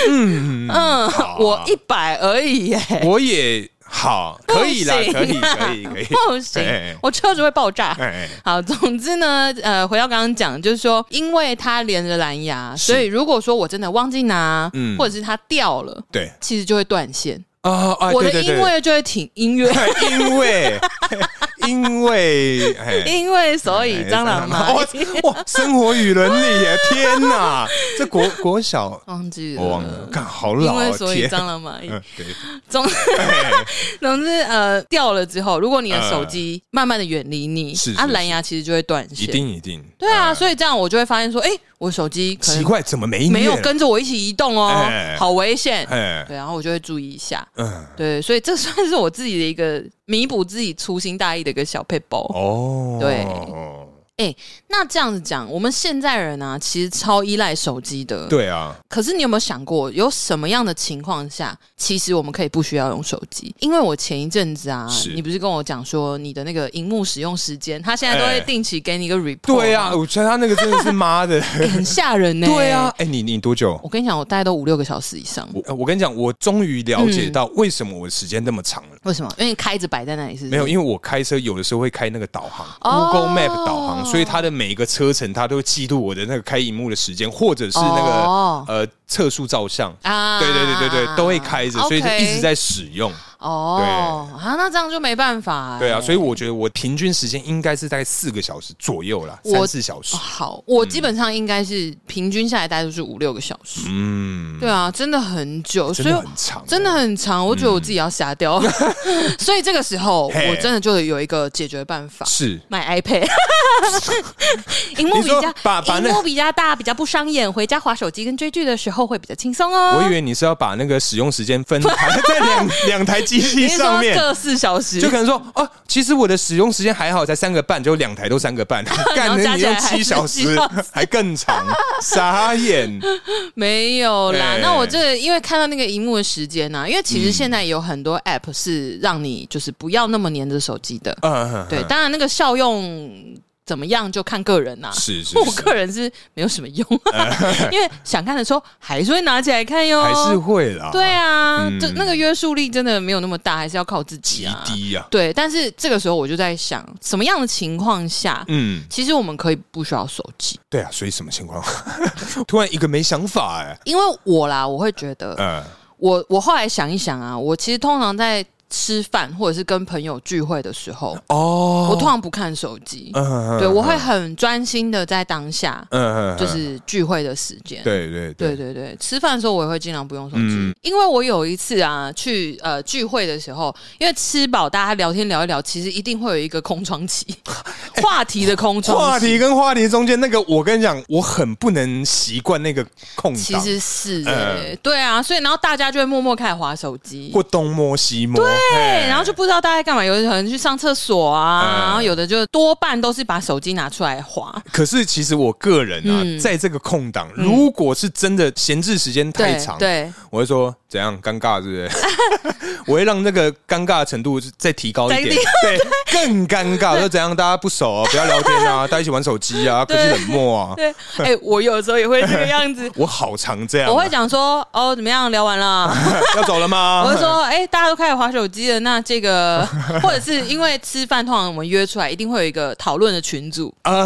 Speaker 1: 嗯，
Speaker 2: 嗯，
Speaker 1: 好啊
Speaker 2: 我一百而已耶、
Speaker 1: 我也好，可以啦，
Speaker 2: 嗯不行啊
Speaker 1: 可以，可 以，可以。
Speaker 2: 不行
Speaker 1: 哎，
Speaker 2: 我车子会爆炸。
Speaker 1: 哎，
Speaker 2: 好，总之呢，呃，回到刚刚讲，就是说，因为它连着蓝牙，
Speaker 1: 是
Speaker 2: 所以如果说我真的忘记拿，
Speaker 1: 嗯
Speaker 2: 或者是它掉了，
Speaker 1: 对
Speaker 2: 其实就会断线，
Speaker 1: 啊啊，
Speaker 2: 哦我
Speaker 1: 对
Speaker 2: 的
Speaker 1: 对
Speaker 2: 音
Speaker 1: 对，
Speaker 2: 乐就会停音乐，
Speaker 1: 因为 因为哎。
Speaker 2: 因为所以蟑螂嘛，
Speaker 1: 哇哇！生活与伦理耶！天哪，这国国小
Speaker 2: 忘记了，
Speaker 1: 我忘了，看好
Speaker 2: 嗯因
Speaker 1: 老
Speaker 2: 为
Speaker 1: 啊！
Speaker 2: 所以
Speaker 1: 天，
Speaker 2: 蟑螂蚂蚁，
Speaker 1: 嗯，对，
Speaker 2: 总总之呃掉了之后，如果你的
Speaker 1: 呃
Speaker 2: 手机慢慢的远离你，
Speaker 1: 是
Speaker 2: 啊
Speaker 1: 是
Speaker 2: 蓝牙其实就会断线，
Speaker 1: 一定一定。
Speaker 2: 对啊，
Speaker 1: 哎
Speaker 2: 所以这样我就会发现说，哎、我手机可
Speaker 1: 奇
Speaker 2: 能
Speaker 1: 怪，怎么没音乐
Speaker 2: 没有跟着我一起移动哦，
Speaker 1: 哎
Speaker 2: 好危险。
Speaker 1: 哎
Speaker 2: 对，然后我就会注意一下。
Speaker 1: 嗯
Speaker 2: 对，所以这算是我自己的一个弥补自己粗心大意的一个小配包。
Speaker 1: 哦，
Speaker 2: 对那这样子讲，我们现在人啊，其实超依赖手机的。。
Speaker 1: 对啊，
Speaker 2: 可是你有没有想过，有什么样的情况下，其实我们可以不需要用手机？因为我前一阵子啊
Speaker 1: 是，
Speaker 2: 你不是跟我讲说你的那个荧幕使用时间，它现在都会
Speaker 1: 哎
Speaker 2: 定期给你一个 report，
Speaker 1: 对
Speaker 2: 吗
Speaker 1: 啊，我觉得他那个真的是妈 的，
Speaker 2: 哎很吓人呢、
Speaker 1: 对啊，，嗯哎，你你多久？
Speaker 2: 我跟你讲，我大概都五六个小时以上。
Speaker 1: 我我跟你讲，我终于了解
Speaker 2: 嗯
Speaker 1: 到为什么我的时间那么长了。
Speaker 2: 为什么？因为开着摆在那里是不是
Speaker 1: 没有，因为我开车有的时候会开那个导航、
Speaker 2: 哦
Speaker 1: g o o g l e Map 导航，所以它的每一个车程它都会记录我的那个开荧幕的时间，或者是那个、
Speaker 2: 哦
Speaker 1: 呃测速照相。
Speaker 2: 啊
Speaker 1: 对对对对对，都会开着，所以就
Speaker 2: OK
Speaker 1: 一直在使用。
Speaker 2: 哦啊，那这样就没办法、哎
Speaker 1: 对啊，所以我觉得我平均时间应该是在四个小时左右啦，
Speaker 2: 我
Speaker 1: 三四小时。
Speaker 2: 哦好，
Speaker 1: 嗯
Speaker 2: 我基本上应该是平均下来大概就是五六个小时。
Speaker 1: 嗯，
Speaker 2: 对啊，真的很久，
Speaker 1: 真
Speaker 2: 所以
Speaker 1: 的很长，欸
Speaker 2: 真的很长，我觉得我自己要瞎掉。 所以这个时候，
Speaker 1: 嗯嘿
Speaker 2: 我真的就有一个解决办法。
Speaker 1: 是。
Speaker 2: 买 iPad，荧幕
Speaker 1: 你
Speaker 2: 比
Speaker 1: 说
Speaker 2: 较
Speaker 1: 把把
Speaker 2: 荧
Speaker 1: 那
Speaker 2: 幕比较大，比较不伤眼，回家划手机跟追剧的时候会比较轻松哦。
Speaker 1: 我以为你是要把那个使用时间分开在两两台机器
Speaker 2: 你是说
Speaker 1: 上面，
Speaker 2: 各四小时，
Speaker 1: 就可能说哦，其实我的使用时间还好，才三个半，就两台都三个 半，
Speaker 2: 然后
Speaker 1: 干
Speaker 2: 加
Speaker 1: 的你
Speaker 2: 起来
Speaker 1: 用
Speaker 2: 还
Speaker 1: 七
Speaker 2: 是
Speaker 1: 小
Speaker 2: 七
Speaker 1: 时
Speaker 2: 小时，
Speaker 1: 还更 长，傻眼。
Speaker 2: 没有啦，
Speaker 1: 哎嗯
Speaker 2: 那我这因为看到那个荧幕的时间呢、啊因为其实现在有很多 app 是让你就是不要那么黏着手机的，
Speaker 1: 嗯，
Speaker 2: 对，当然那个效用怎么样就看个人啊啦、
Speaker 1: 是是
Speaker 2: 我
Speaker 1: 是，
Speaker 2: 个人是没有什 么用、 因为想看的时候还是会拿起来看哟。
Speaker 1: 还是会啦，
Speaker 2: 对，啊，
Speaker 1: 嗯
Speaker 2: 就那个约束力真的没有那么大，还是要靠自己
Speaker 1: 极
Speaker 2: 啊。
Speaker 1: 低呀。
Speaker 2: 对，但是这个时候我就在想，什么样的情况下，
Speaker 1: 嗯，
Speaker 2: 其实我们可以不需要手机？
Speaker 1: 对啊，所以什么情况？ 突然一个没想法哎，
Speaker 2: 因为我啦，我会觉得，
Speaker 1: 嗯，
Speaker 2: 我我后来想一想啊，我其实通常在吃饭或者是跟朋友聚会的时候，
Speaker 1: 哦，
Speaker 2: 我通常不看手机，
Speaker 1: 嗯，嗯
Speaker 2: 对我会，很专心的在当下，
Speaker 1: 嗯嗯嗯
Speaker 2: 就是聚会的时间。
Speaker 1: 对对
Speaker 2: 对对对，吃饭的时候我也会尽量不用手机，
Speaker 1: 嗯
Speaker 2: 因为我有一次啊去呃聚会的时候，因为吃饱大家聊天聊一聊，其实一定会有一个空窗期，话题的空窗期，
Speaker 1: 话题跟话题中间那个，我跟你讲，我很不能习惯那个空
Speaker 2: 其
Speaker 1: 档，
Speaker 2: 实是、欸
Speaker 1: 嗯
Speaker 2: 对啊，所以然后大家就会默默开始划手机，
Speaker 1: 或东摸西摸，
Speaker 2: 对，
Speaker 1: 对
Speaker 2: 然后就不知道大家在干嘛，有的可能去上厕所啊，
Speaker 1: 嗯
Speaker 2: 然后有的就多半都是把手机拿出来划。
Speaker 1: 可是其实我个人啊，
Speaker 2: 嗯
Speaker 1: 在这个空档，如果是真的闲置时间太
Speaker 2: 对
Speaker 1: 长，
Speaker 2: 对，
Speaker 1: 我会说怎样尴尬，是不是？ 我会让那个尴尬的程度再提高一
Speaker 2: 再
Speaker 1: 点
Speaker 2: 提，
Speaker 1: 对，更尴尬。说怎样大家不熟、哦，不要聊天 啊，大家一起玩手机啊，可
Speaker 2: 对
Speaker 1: 是冷漠啊。，
Speaker 2: 对，哎、我有时候也会这个样子
Speaker 1: 我好常这样啊、
Speaker 2: 我会讲说，哦，怎么样，聊完了，
Speaker 1: 要走了吗？
Speaker 2: 我会说，哎、大家都开始划手机的，那 这个或者是因为吃饭，通常我们约出来一定会有一个讨论的群组，
Speaker 1: 啊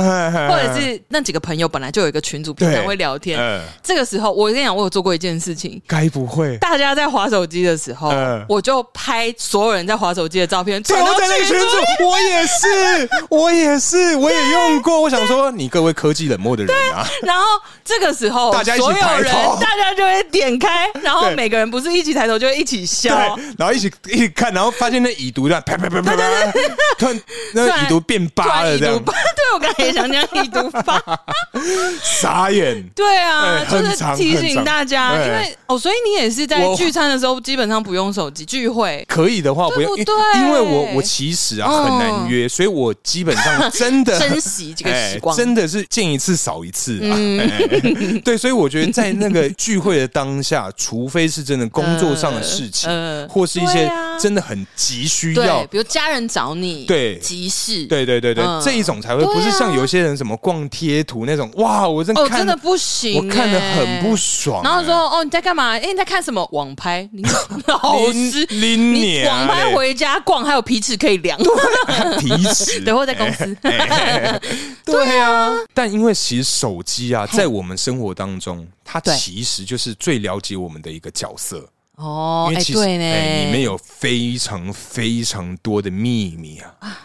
Speaker 2: 或者是那几个朋友本来就有一个群组，平常
Speaker 1: 对
Speaker 2: 会聊天。
Speaker 1: 呃，
Speaker 2: 这个时候，我跟你讲，我有做过一件事情，
Speaker 1: 该不会
Speaker 2: 大家在划手机的时候
Speaker 1: 嗯，
Speaker 2: 我就拍所有人在划手机的照片，
Speaker 1: 最
Speaker 2: 传
Speaker 1: 后
Speaker 2: 到
Speaker 1: 在那个群
Speaker 2: 群组。
Speaker 1: 组，我也是，我也 是，我也用过。我想说，你各位科技冷漠的人啊，
Speaker 2: 然后这个时候，
Speaker 1: 大家一起
Speaker 2: 所有
Speaker 1: 抬
Speaker 2: 人
Speaker 1: 头
Speaker 2: 大家就会点开，然后
Speaker 1: 对
Speaker 2: 每个人不是一起抬头，就会一起
Speaker 1: 对
Speaker 2: 笑。，
Speaker 1: 然后一起一起看，然后发现那已读的啪啪啪啪啪，突然那
Speaker 2: 突然
Speaker 1: 已读变
Speaker 2: 突
Speaker 1: 八
Speaker 2: 然
Speaker 1: 了，
Speaker 2: 已
Speaker 1: 这
Speaker 2: 读
Speaker 1: 样
Speaker 2: 吧， 对我刚才也想讲已读吧。
Speaker 1: 傻眼。
Speaker 2: 对啊，
Speaker 1: 哎
Speaker 2: 就是
Speaker 1: 很长
Speaker 2: 提
Speaker 1: 很
Speaker 2: 醒
Speaker 1: 长
Speaker 2: 大家，
Speaker 1: 哎
Speaker 2: 因为哦，所以你也是在
Speaker 1: 我
Speaker 2: 聚餐的时候基本上不用手机聚会，
Speaker 1: 可以的话，不要，
Speaker 2: 对
Speaker 1: 因
Speaker 2: 不对
Speaker 1: 因为我我其实啊
Speaker 2: 嗯
Speaker 1: 很难约，所以我基本上真 的
Speaker 2: 珍惜这个时
Speaker 1: 哎
Speaker 2: 光。嗯
Speaker 1: 真的是见一次少一次啊！ 哎对，所以我觉得在那个聚会的当下，除非是真的工作上的事情，
Speaker 2: 呃呃
Speaker 1: 或是一
Speaker 2: 对
Speaker 1: 些
Speaker 2: 啊
Speaker 1: 真的很急需要
Speaker 2: 对，。比如家人找你，
Speaker 1: 对
Speaker 2: 急事，，
Speaker 1: 对对对对，
Speaker 2: 嗯
Speaker 1: 这一种才会
Speaker 2: 对啊
Speaker 1: 不是像有些人什么逛贴图那种，哇，我真
Speaker 2: 哦，
Speaker 1: 看
Speaker 2: 真的不行，
Speaker 1: 我看的很不
Speaker 2: 哎。
Speaker 1: 爽、
Speaker 2: 然后
Speaker 1: 哎
Speaker 2: 说哦你在干嘛？哎你在看什么网拍？你 老师，
Speaker 1: 拎
Speaker 2: 你
Speaker 1: 你啊
Speaker 2: 网拍回家逛还有皮尺可以量，
Speaker 1: 皮尺，
Speaker 2: 对，啊或者在公司，
Speaker 1: 哎对啊，但因为其实手机啊，
Speaker 2: 嘿
Speaker 1: 在我们生活当中，它
Speaker 2: 对
Speaker 1: 其实就是最了解我们的一个角色。
Speaker 2: 哦，
Speaker 1: 因为
Speaker 2: 哎
Speaker 1: 其实
Speaker 2: 对呢，
Speaker 1: 里面有非常非常多的秘密 啊。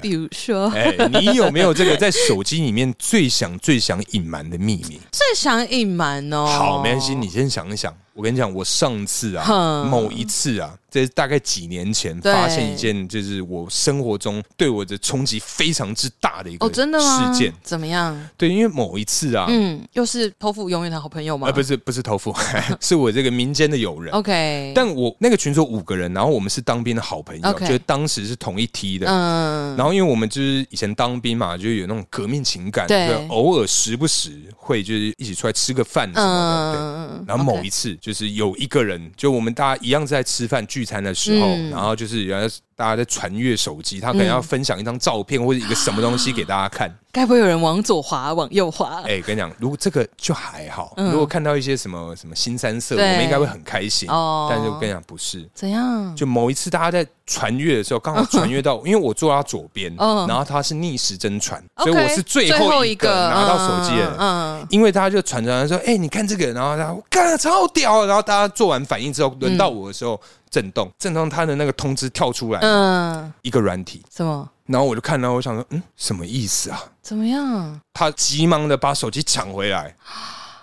Speaker 2: 比如说
Speaker 1: 哎，你有没有这个在手机里面最想最想隐瞒的秘密？
Speaker 2: 最想隐瞒 哦，
Speaker 1: 好，没关系，你先想一想。我跟你讲，我上次啊，
Speaker 2: 哼
Speaker 1: 某一次啊，这大概几年前
Speaker 2: 对
Speaker 1: 发现一件，就是我生活中对我的冲击非常之大的一个
Speaker 2: 哦，真的吗？
Speaker 1: 事件。
Speaker 2: 怎么样？
Speaker 1: 对，因为某一次啊，
Speaker 2: 嗯，又是偷富永远的好朋友吗？
Speaker 1: 呃，不是不是头付， 是我这个民间的友人。
Speaker 2: ，OK，嗯
Speaker 1: 但我那个群组有五个人，然后我们是当兵的好朋友，
Speaker 2: OK
Speaker 1: 就是当时是同一梯的。
Speaker 2: 嗯，
Speaker 1: 然后因为我们就是以前当兵嘛，就有那种革命情感，
Speaker 2: 对
Speaker 1: 就偶尔时不时会就是一起出来吃个饭什么的。对
Speaker 2: 嗯，
Speaker 1: 然后某
Speaker 2: OK
Speaker 1: 一次，就是有一个人，就我们大家一样在吃饭聚餐的时候，
Speaker 2: 嗯
Speaker 1: 然后就是原来大家在传阅手机，他可能要分享一张照片或者一个什么东西给大家看。
Speaker 2: 该不会有人往左滑，往右滑？
Speaker 1: 哎、跟你讲，如果这个就还好，
Speaker 2: 嗯
Speaker 1: 如果看到一些什么什么新三色，我
Speaker 2: 对
Speaker 1: 们应该会很开心。
Speaker 2: 哦
Speaker 1: 但是我跟你讲，不是，
Speaker 2: 怎样？
Speaker 1: 就某一次大家在传阅的时候，刚好传阅到，因为我坐他左边，
Speaker 2: 嗯
Speaker 1: 然后他是逆时针传，所
Speaker 2: OK，
Speaker 1: 以我是最后
Speaker 2: 后
Speaker 1: 一
Speaker 2: 一
Speaker 1: 个拿到手机的人。
Speaker 2: 嗯，嗯
Speaker 1: 因为大家就传传传说，哎、你看这个，然后他干超屌，然后大家做完反应之后，轮到我的时候震动，震动他的那个通知跳出来、
Speaker 2: 嗯，嗯
Speaker 1: 一个软体，
Speaker 2: 什么？
Speaker 1: 然后我就看到，我想说，嗯，什么意思啊？
Speaker 2: 怎么样？
Speaker 1: 他急忙的把手机抢回 来。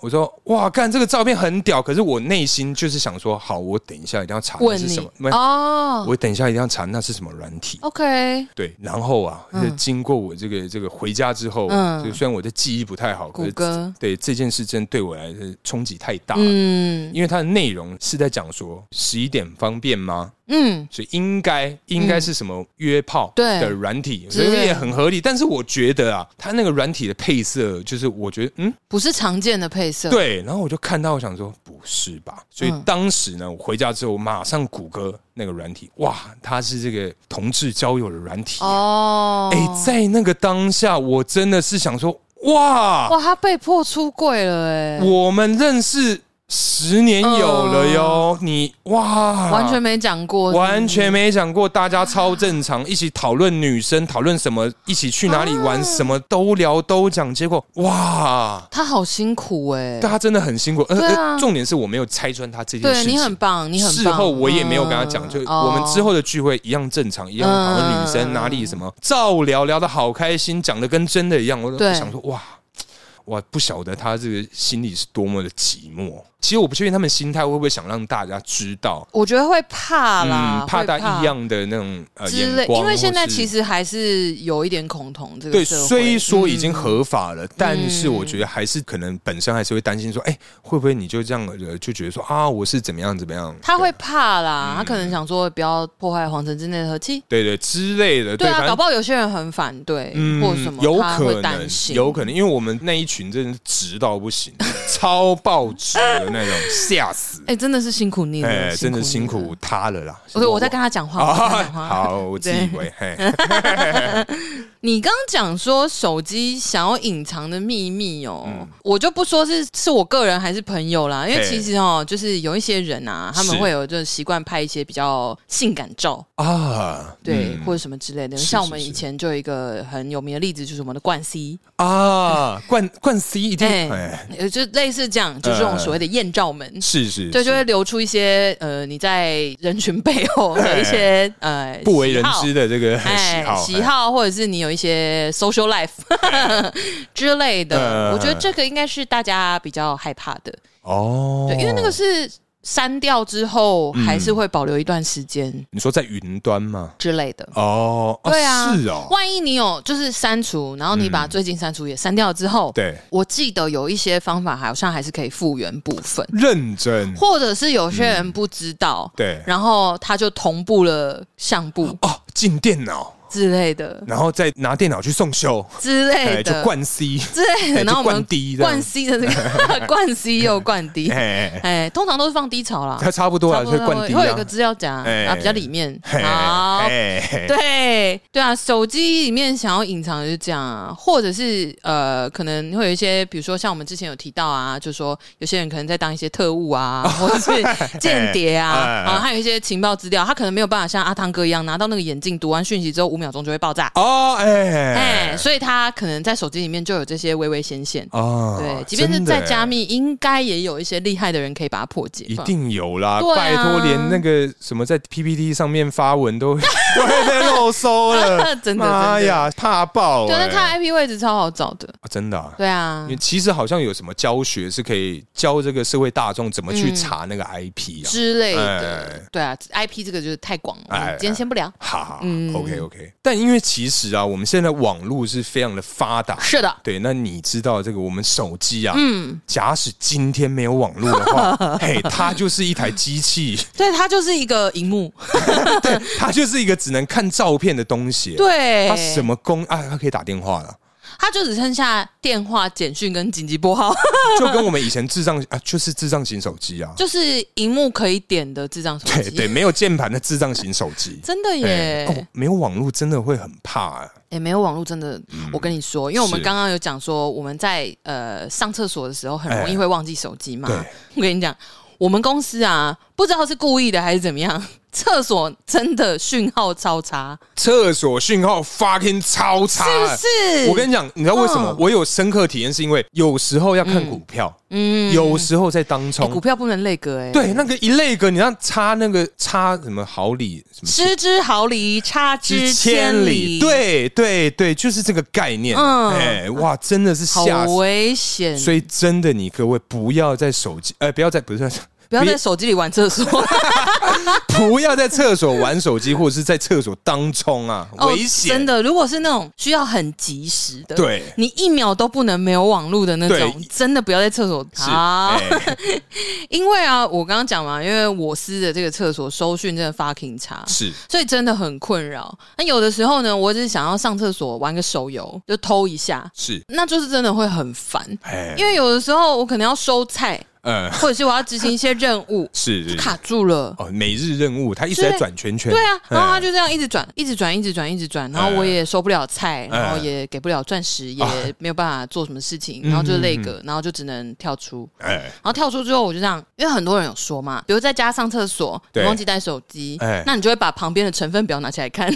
Speaker 1: 我说哇，干这个照片很屌，可是我内心就是想说，好，我等一下一定要查那
Speaker 2: 问
Speaker 1: 是
Speaker 2: 你
Speaker 1: 什么，没有
Speaker 2: 哦
Speaker 1: 我等一下一定要查那是什么软体。
Speaker 2: ，OK，
Speaker 1: 对，然后啊，
Speaker 2: 嗯
Speaker 1: 就经过我这个这个回家之后，啊
Speaker 2: 嗯
Speaker 1: 就虽然我的记忆不太好，可
Speaker 2: 谷
Speaker 1: 是
Speaker 2: 歌，
Speaker 1: 对这件事真对我来说冲击太大了。
Speaker 2: 嗯
Speaker 1: 因为它的内容是在讲说十一点方便吗？
Speaker 2: 嗯，
Speaker 1: 所以应该应该是什么约炮
Speaker 2: 对
Speaker 1: 的软体，
Speaker 2: 之
Speaker 1: 所
Speaker 2: 类
Speaker 1: 以也很合理。但是我觉得啊，它那个软体的配色，就是我觉得嗯
Speaker 2: 不是常见的配色，，
Speaker 1: 对，然后我就看到，我想说不是吧？所以
Speaker 2: 嗯
Speaker 1: 当时呢，我回家之后马上谷歌那个软体，哇，它是这个同志交友的软体。哎、
Speaker 2: 哦，
Speaker 1: 在那个当下，我真的是想说，哇，
Speaker 2: 哇，他被迫出柜了，哎，
Speaker 1: 我们认识十年有了哟，你哇，
Speaker 2: 嗯完全没讲过，
Speaker 1: 完全没想过，大家超正 常，一起讨论女生，讨论什么，一起去哪里
Speaker 2: 嗯
Speaker 1: 玩，什么都聊都讲，结果哇。
Speaker 2: 他好辛苦哎，
Speaker 1: 大家真的很辛苦，而、
Speaker 2: 对啊
Speaker 1: 而重点是我没有拆穿他这件事
Speaker 2: 对
Speaker 1: 情。
Speaker 2: 你很棒，你很棒。
Speaker 1: 事后我也没有跟他讲，
Speaker 2: 嗯
Speaker 1: 就我们之
Speaker 2: 哦嗯
Speaker 1: 后的聚会一样正常，一样讨论女生哪里什么，照聊聊的好开心，讲的跟真的一样。我都
Speaker 2: 对
Speaker 1: 想说，哇，我不晓得他这个心里是多么的寂寞。其实我不确定他们心态会不会想让大家知道，
Speaker 2: 我觉得会怕啦，
Speaker 1: 嗯怕
Speaker 2: 会
Speaker 1: 大家一样的那种呃
Speaker 2: 之类
Speaker 1: 眼，光，
Speaker 2: 因为现在
Speaker 1: 或是
Speaker 2: 其实还是有一点恐同这
Speaker 1: 对，
Speaker 2: 个社会。
Speaker 1: 虽说已经
Speaker 2: 嗯
Speaker 1: 合法了，但是我觉得还是可能本身还是会担心说，哎、会不会你就这样呃就觉得说啊，我是怎么样怎么样？
Speaker 2: 他会怕
Speaker 1: 嗯
Speaker 2: 啦，他可能想说不要破坏皇城之内的和气。
Speaker 1: 对嗯对之类的，
Speaker 2: 对
Speaker 1: 反
Speaker 2: 啊，搞
Speaker 1: 正
Speaker 2: 不好有些人很反对或什么，
Speaker 1: 嗯有
Speaker 2: 他
Speaker 1: 可
Speaker 2: 会
Speaker 1: 能
Speaker 2: 担，心，
Speaker 1: 有可能，因为我们那一群真的是直到不行，超爆直的那种，吓死！
Speaker 2: 哎， 真的是辛苦你了，
Speaker 1: 哎、真的辛
Speaker 2: 你
Speaker 1: 苦
Speaker 2: 了。
Speaker 1: 他了啦。啊
Speaker 2: 所以我在跟他讲话，我在跟他讲话。
Speaker 1: 好，我自以为嘿，
Speaker 2: 你刚刚讲说手机想要隐藏的秘密哦，
Speaker 1: 嗯
Speaker 2: 我就不说是是我个人还是朋友啦，因为
Speaker 1: 嘿
Speaker 2: 其实哦，就是有一些人啊，他们
Speaker 1: 是
Speaker 2: 会有这种习惯拍一些比较性感照，
Speaker 1: 啊，
Speaker 2: 对，
Speaker 1: 嗯
Speaker 2: 或者什么之类的。
Speaker 1: 是
Speaker 2: 像我
Speaker 1: 是
Speaker 2: 们
Speaker 1: 是
Speaker 2: 以前就有一个很有名的例子，就是我们的冠希，
Speaker 1: 啊，冠冠 C 一定
Speaker 2: 哎
Speaker 1: 哎，嗯
Speaker 2: 呃，就类似这样，就是这种所谓的艳照门。
Speaker 1: 是是，
Speaker 2: 对，
Speaker 1: 是
Speaker 2: 就会流出一些呃，你在人群背后的一些呃
Speaker 1: 不为人
Speaker 2: 喜好
Speaker 1: 知的这个喜
Speaker 2: 哎，
Speaker 1: 好，
Speaker 2: 喜好或者是你有一些 social life 之类的，
Speaker 1: 嗯
Speaker 2: 我觉得这个应该是大家比较害怕的，
Speaker 1: 哦，
Speaker 2: 对，因为那个是删掉之后还是会保留一段时间
Speaker 1: 你说在云端嘛，
Speaker 2: 之类的。
Speaker 1: 哦，
Speaker 2: 对啊，
Speaker 1: 是哦，嗯
Speaker 2: 万一你有就是删除，然后你把最近删除也删掉之后，
Speaker 1: 对，
Speaker 2: 我记得有一些方法好像还是可以复原部分，
Speaker 1: 认真，
Speaker 2: 或者是有些人不知道，
Speaker 1: 对，
Speaker 2: 然后他就同步了相簿
Speaker 1: 哦，进电脑，
Speaker 2: 之类的
Speaker 1: 然后再拿电脑去送修，
Speaker 2: 之类
Speaker 1: 哎，就
Speaker 2: 的。
Speaker 1: 冠 C，
Speaker 2: 之类
Speaker 1: 哎
Speaker 2: 的，然后
Speaker 1: 就
Speaker 2: 我们
Speaker 1: 冠 D 这
Speaker 2: 冠
Speaker 1: 样，
Speaker 2: C 的这 个冠 C 又冠 D，
Speaker 1: 哎，哎
Speaker 2: 哎，通常都是放低潮啦，
Speaker 1: 它差不多
Speaker 2: 差
Speaker 1: 了，
Speaker 2: 不
Speaker 1: 所以
Speaker 2: 多
Speaker 1: 冠
Speaker 2: 会
Speaker 1: D
Speaker 2: 会有一个
Speaker 1: 啊，
Speaker 2: 资料夹
Speaker 1: 哎
Speaker 2: 啊，比较里面。
Speaker 1: 嘿哎
Speaker 2: 好，
Speaker 1: 嘿嘿
Speaker 2: 对对啊，手机里面想要隐藏的就是这样啊，或者是呃，可能会有一些，比如说像我们之前有提到啊，就说有些人可能在当一些特务啊，或 者是间谍啊，
Speaker 1: 哎哎哎
Speaker 2: 啊，还有一些情报资料，他可能没有办法像阿汤哥一样拿到那个眼镜，读完讯息之后五秒钟就会爆炸，
Speaker 1: 哦，哎
Speaker 2: 哎，，所以他可能在手机里面就有这些微微显现。
Speaker 1: 哦，
Speaker 2: 对，即便是
Speaker 1: 真的
Speaker 2: 在
Speaker 1: 哎
Speaker 2: 加密，应该也有一些厉害的人可以把它破解吧。
Speaker 1: 一定有啦，
Speaker 2: 对啊
Speaker 1: 拜托，连那个什么在 PPT 上面发文都 都会被漏收了，
Speaker 2: 真的真的
Speaker 1: 妈呀，怕爆、
Speaker 2: 对，
Speaker 1: 欸！
Speaker 2: 那他 IP 位置超好找的。
Speaker 1: 啊真的、啊。
Speaker 2: 对啊
Speaker 1: 因为，其实好像有什么教学是可以教这个社会大众怎么
Speaker 2: 嗯
Speaker 1: 去查那个 IP 啊，
Speaker 2: 之类的
Speaker 1: 哎。
Speaker 2: 对啊，IP 这个就是太广了，我
Speaker 1: 哎
Speaker 2: 们今天先不聊。
Speaker 1: 哈哈、
Speaker 2: 嗯
Speaker 1: o k OK。但因为其实啊，我们现在网络是非常的发达，
Speaker 2: 是的，
Speaker 1: 对，那你知道这个我们手机啊，
Speaker 2: 嗯，
Speaker 1: 假使今天没有网络的 话，嘿，它就是一台机器，
Speaker 2: 对，它就是一个荧幕，
Speaker 1: 哎它就是一个只能看照片的东西。，啊
Speaker 2: 对
Speaker 1: 它，什么功啊？它可以打电话了。
Speaker 2: 它就只剩下电话、简讯跟紧急拨号，
Speaker 1: 就跟我们以前智障啊，就是智障型手机 啊，
Speaker 2: 就是荧幕可以点的智障手
Speaker 1: 对
Speaker 2: 机。。
Speaker 1: 对，，没有键盘的智障型手机
Speaker 2: 真的
Speaker 1: 哎
Speaker 2: 耶
Speaker 1: 哦。，没有网络真的会很怕、啊。
Speaker 2: 哎、没有网络真的，我跟你说，因为我们
Speaker 1: 嗯是
Speaker 2: 刚刚有讲说，我们在呃上厕所的时候很容易
Speaker 1: 哎
Speaker 2: 会忘记手机嘛。
Speaker 1: 对
Speaker 2: 我跟你讲，我们公司啊，不知道是故意的还是怎么样，厕所真的讯号超差，
Speaker 1: 厕所讯号 fucking 超差、
Speaker 2: 是不是？
Speaker 1: 哎我跟你讲，你知道为什么
Speaker 2: 嗯？
Speaker 1: 我有深刻体验，是因为有时候要看股票，
Speaker 2: 嗯
Speaker 1: 有时候在当
Speaker 2: 哎
Speaker 1: 冲。
Speaker 2: 股票不能累格哎、
Speaker 1: 对，那个一类个，你让差那个差什么毫厘什么
Speaker 2: 失之毫厘，差之千里，，
Speaker 1: 对对对，就是这个概念。
Speaker 2: 嗯
Speaker 1: 哎、哇，真的是
Speaker 2: 好
Speaker 1: 吓死！
Speaker 2: 危险，
Speaker 1: 所以真的，你各位不要在手机，呃，不要在不是在
Speaker 2: 不要在手机里玩厕所，
Speaker 1: 不要在厕所玩手 机，或者是在厕所当冲啊，危险、
Speaker 2: 哦！真。的，如果是那种需要很及时的，
Speaker 1: 对
Speaker 2: 你一秒都不能没有网络的那种
Speaker 1: 对，
Speaker 2: 真的不要在厕所
Speaker 1: 是，
Speaker 2: 啊！
Speaker 1: 哎
Speaker 2: 因为啊，我刚刚讲嘛，因为我司的这个厕所收讯真的 fucking 差。
Speaker 1: 是
Speaker 2: 所以真的很困扰。那有的时候呢，我只是想要上厕所玩个手游，就偷一下，
Speaker 1: 是，
Speaker 2: 那就是真的会很烦。
Speaker 1: 哎，
Speaker 2: 因为有的时候我可能要收菜，
Speaker 1: 呃，
Speaker 2: 或者是我要执行一些任务，
Speaker 1: 是是
Speaker 2: 卡住了。
Speaker 1: 哦，每日任务，他一直在转圈圈，
Speaker 2: 对啊，
Speaker 1: 哎
Speaker 2: 然后他就这样一直转，一直转，一直转，一直转，然后我也收不了菜，
Speaker 1: 哎
Speaker 2: 然后也给不了钻石，也
Speaker 1: 啊
Speaker 2: 没有办法做什么事情，
Speaker 1: 嗯
Speaker 2: 然后就累个，然后就只能跳出。
Speaker 1: 哎，
Speaker 2: 然后跳出之后，我就这样，因为很多人有说嘛，比如在家上厕所，你
Speaker 1: 对
Speaker 2: 忘记带手机
Speaker 1: 哎，
Speaker 2: 那你就会把旁边的成分表拿起来 看。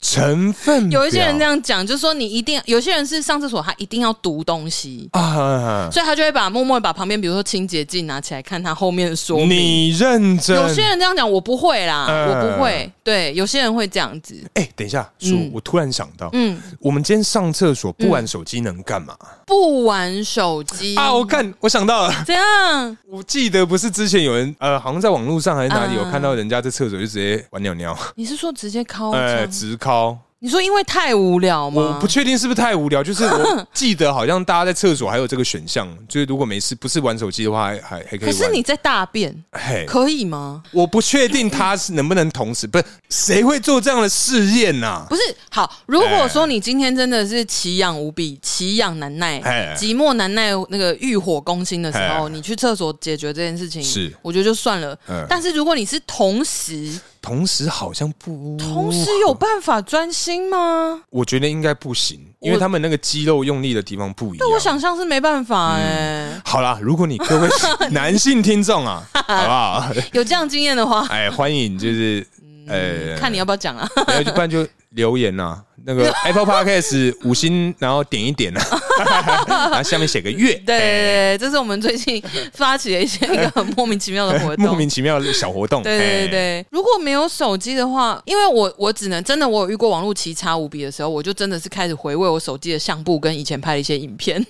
Speaker 1: 成分
Speaker 2: 有一些人这
Speaker 1: 样
Speaker 2: 样讲，就说你一定，有些人是上厕所他一定要读东西，
Speaker 1: 啊，
Speaker 2: 所以他就会把默默地把旁边，比如说清洁剂拿起来看他后面的说明。
Speaker 1: 你认真，
Speaker 2: 有些人这样讲，我不会啦，
Speaker 1: 嗯
Speaker 2: 我不会。对，有些人会这样子。
Speaker 1: 哎，等一下，叔
Speaker 2: 嗯，
Speaker 1: 我突然想到，
Speaker 2: 嗯，
Speaker 1: 我们今天上厕所不玩手机能干嘛
Speaker 2: 不玩手机
Speaker 1: 啊？我干，我想到了，
Speaker 2: 怎样？
Speaker 1: 我记得不是之前有人呃，好像在网络上还是哪里有
Speaker 2: 嗯
Speaker 1: 看到人家在厕所就直接玩尿尿，
Speaker 2: 你是说直接敲墙？
Speaker 1: 哎，直敲。
Speaker 2: 你说因为太无聊
Speaker 1: 我
Speaker 2: 吗
Speaker 1: 不？确定是不是太无 聊，就是我记得好像大家在厕所还有这个选项，就是如果没事不是玩手机的话，还还还可以
Speaker 2: 可
Speaker 1: 玩。哎
Speaker 2: 是你在大便，
Speaker 1: 嘿，
Speaker 2: 可以吗？
Speaker 1: 我不确定他是能不能同时，不是谁会做这样的试验啊呐？
Speaker 2: 不是好，如果说你今天真的是奇痒无比、奇痒难耐、
Speaker 1: 哎
Speaker 2: 寂寞难耐、那个欲火攻心的时候，
Speaker 1: 哎
Speaker 2: 你去厕所解决这件事情，
Speaker 1: 是
Speaker 2: 我觉得就算了
Speaker 1: 嗯。
Speaker 2: 但是如果你是同时
Speaker 1: 同时好像不，
Speaker 2: 同时有办法专心吗？
Speaker 1: 我觉得应该不行，因为
Speaker 2: 我
Speaker 1: 他们那个肌肉用力的地方不一样。
Speaker 2: 那我想象是没办法哎、
Speaker 1: 好啦，如果你各 位男性听众啊，好不好？
Speaker 2: 有这样经验的话，
Speaker 1: 哎，欢迎就是呃，
Speaker 2: 看你要不要讲啊。
Speaker 1: 然后就不然就留言呐、啊那 个 Apple Podcast 五星，然后点一点啊，然后下面写个月，
Speaker 2: 对对对，这是我们 最近发起的一些一个很莫名其妙的活
Speaker 1: 莫
Speaker 2: 动。
Speaker 1: 名其妙的小活动，
Speaker 2: 对对对
Speaker 1: 哎，
Speaker 2: 对，如果没有手机的话，因为我我只能真的我有遇过网络奇差无比的时候，我就真的是开始回味我手机的相簿跟以前拍的一些影片。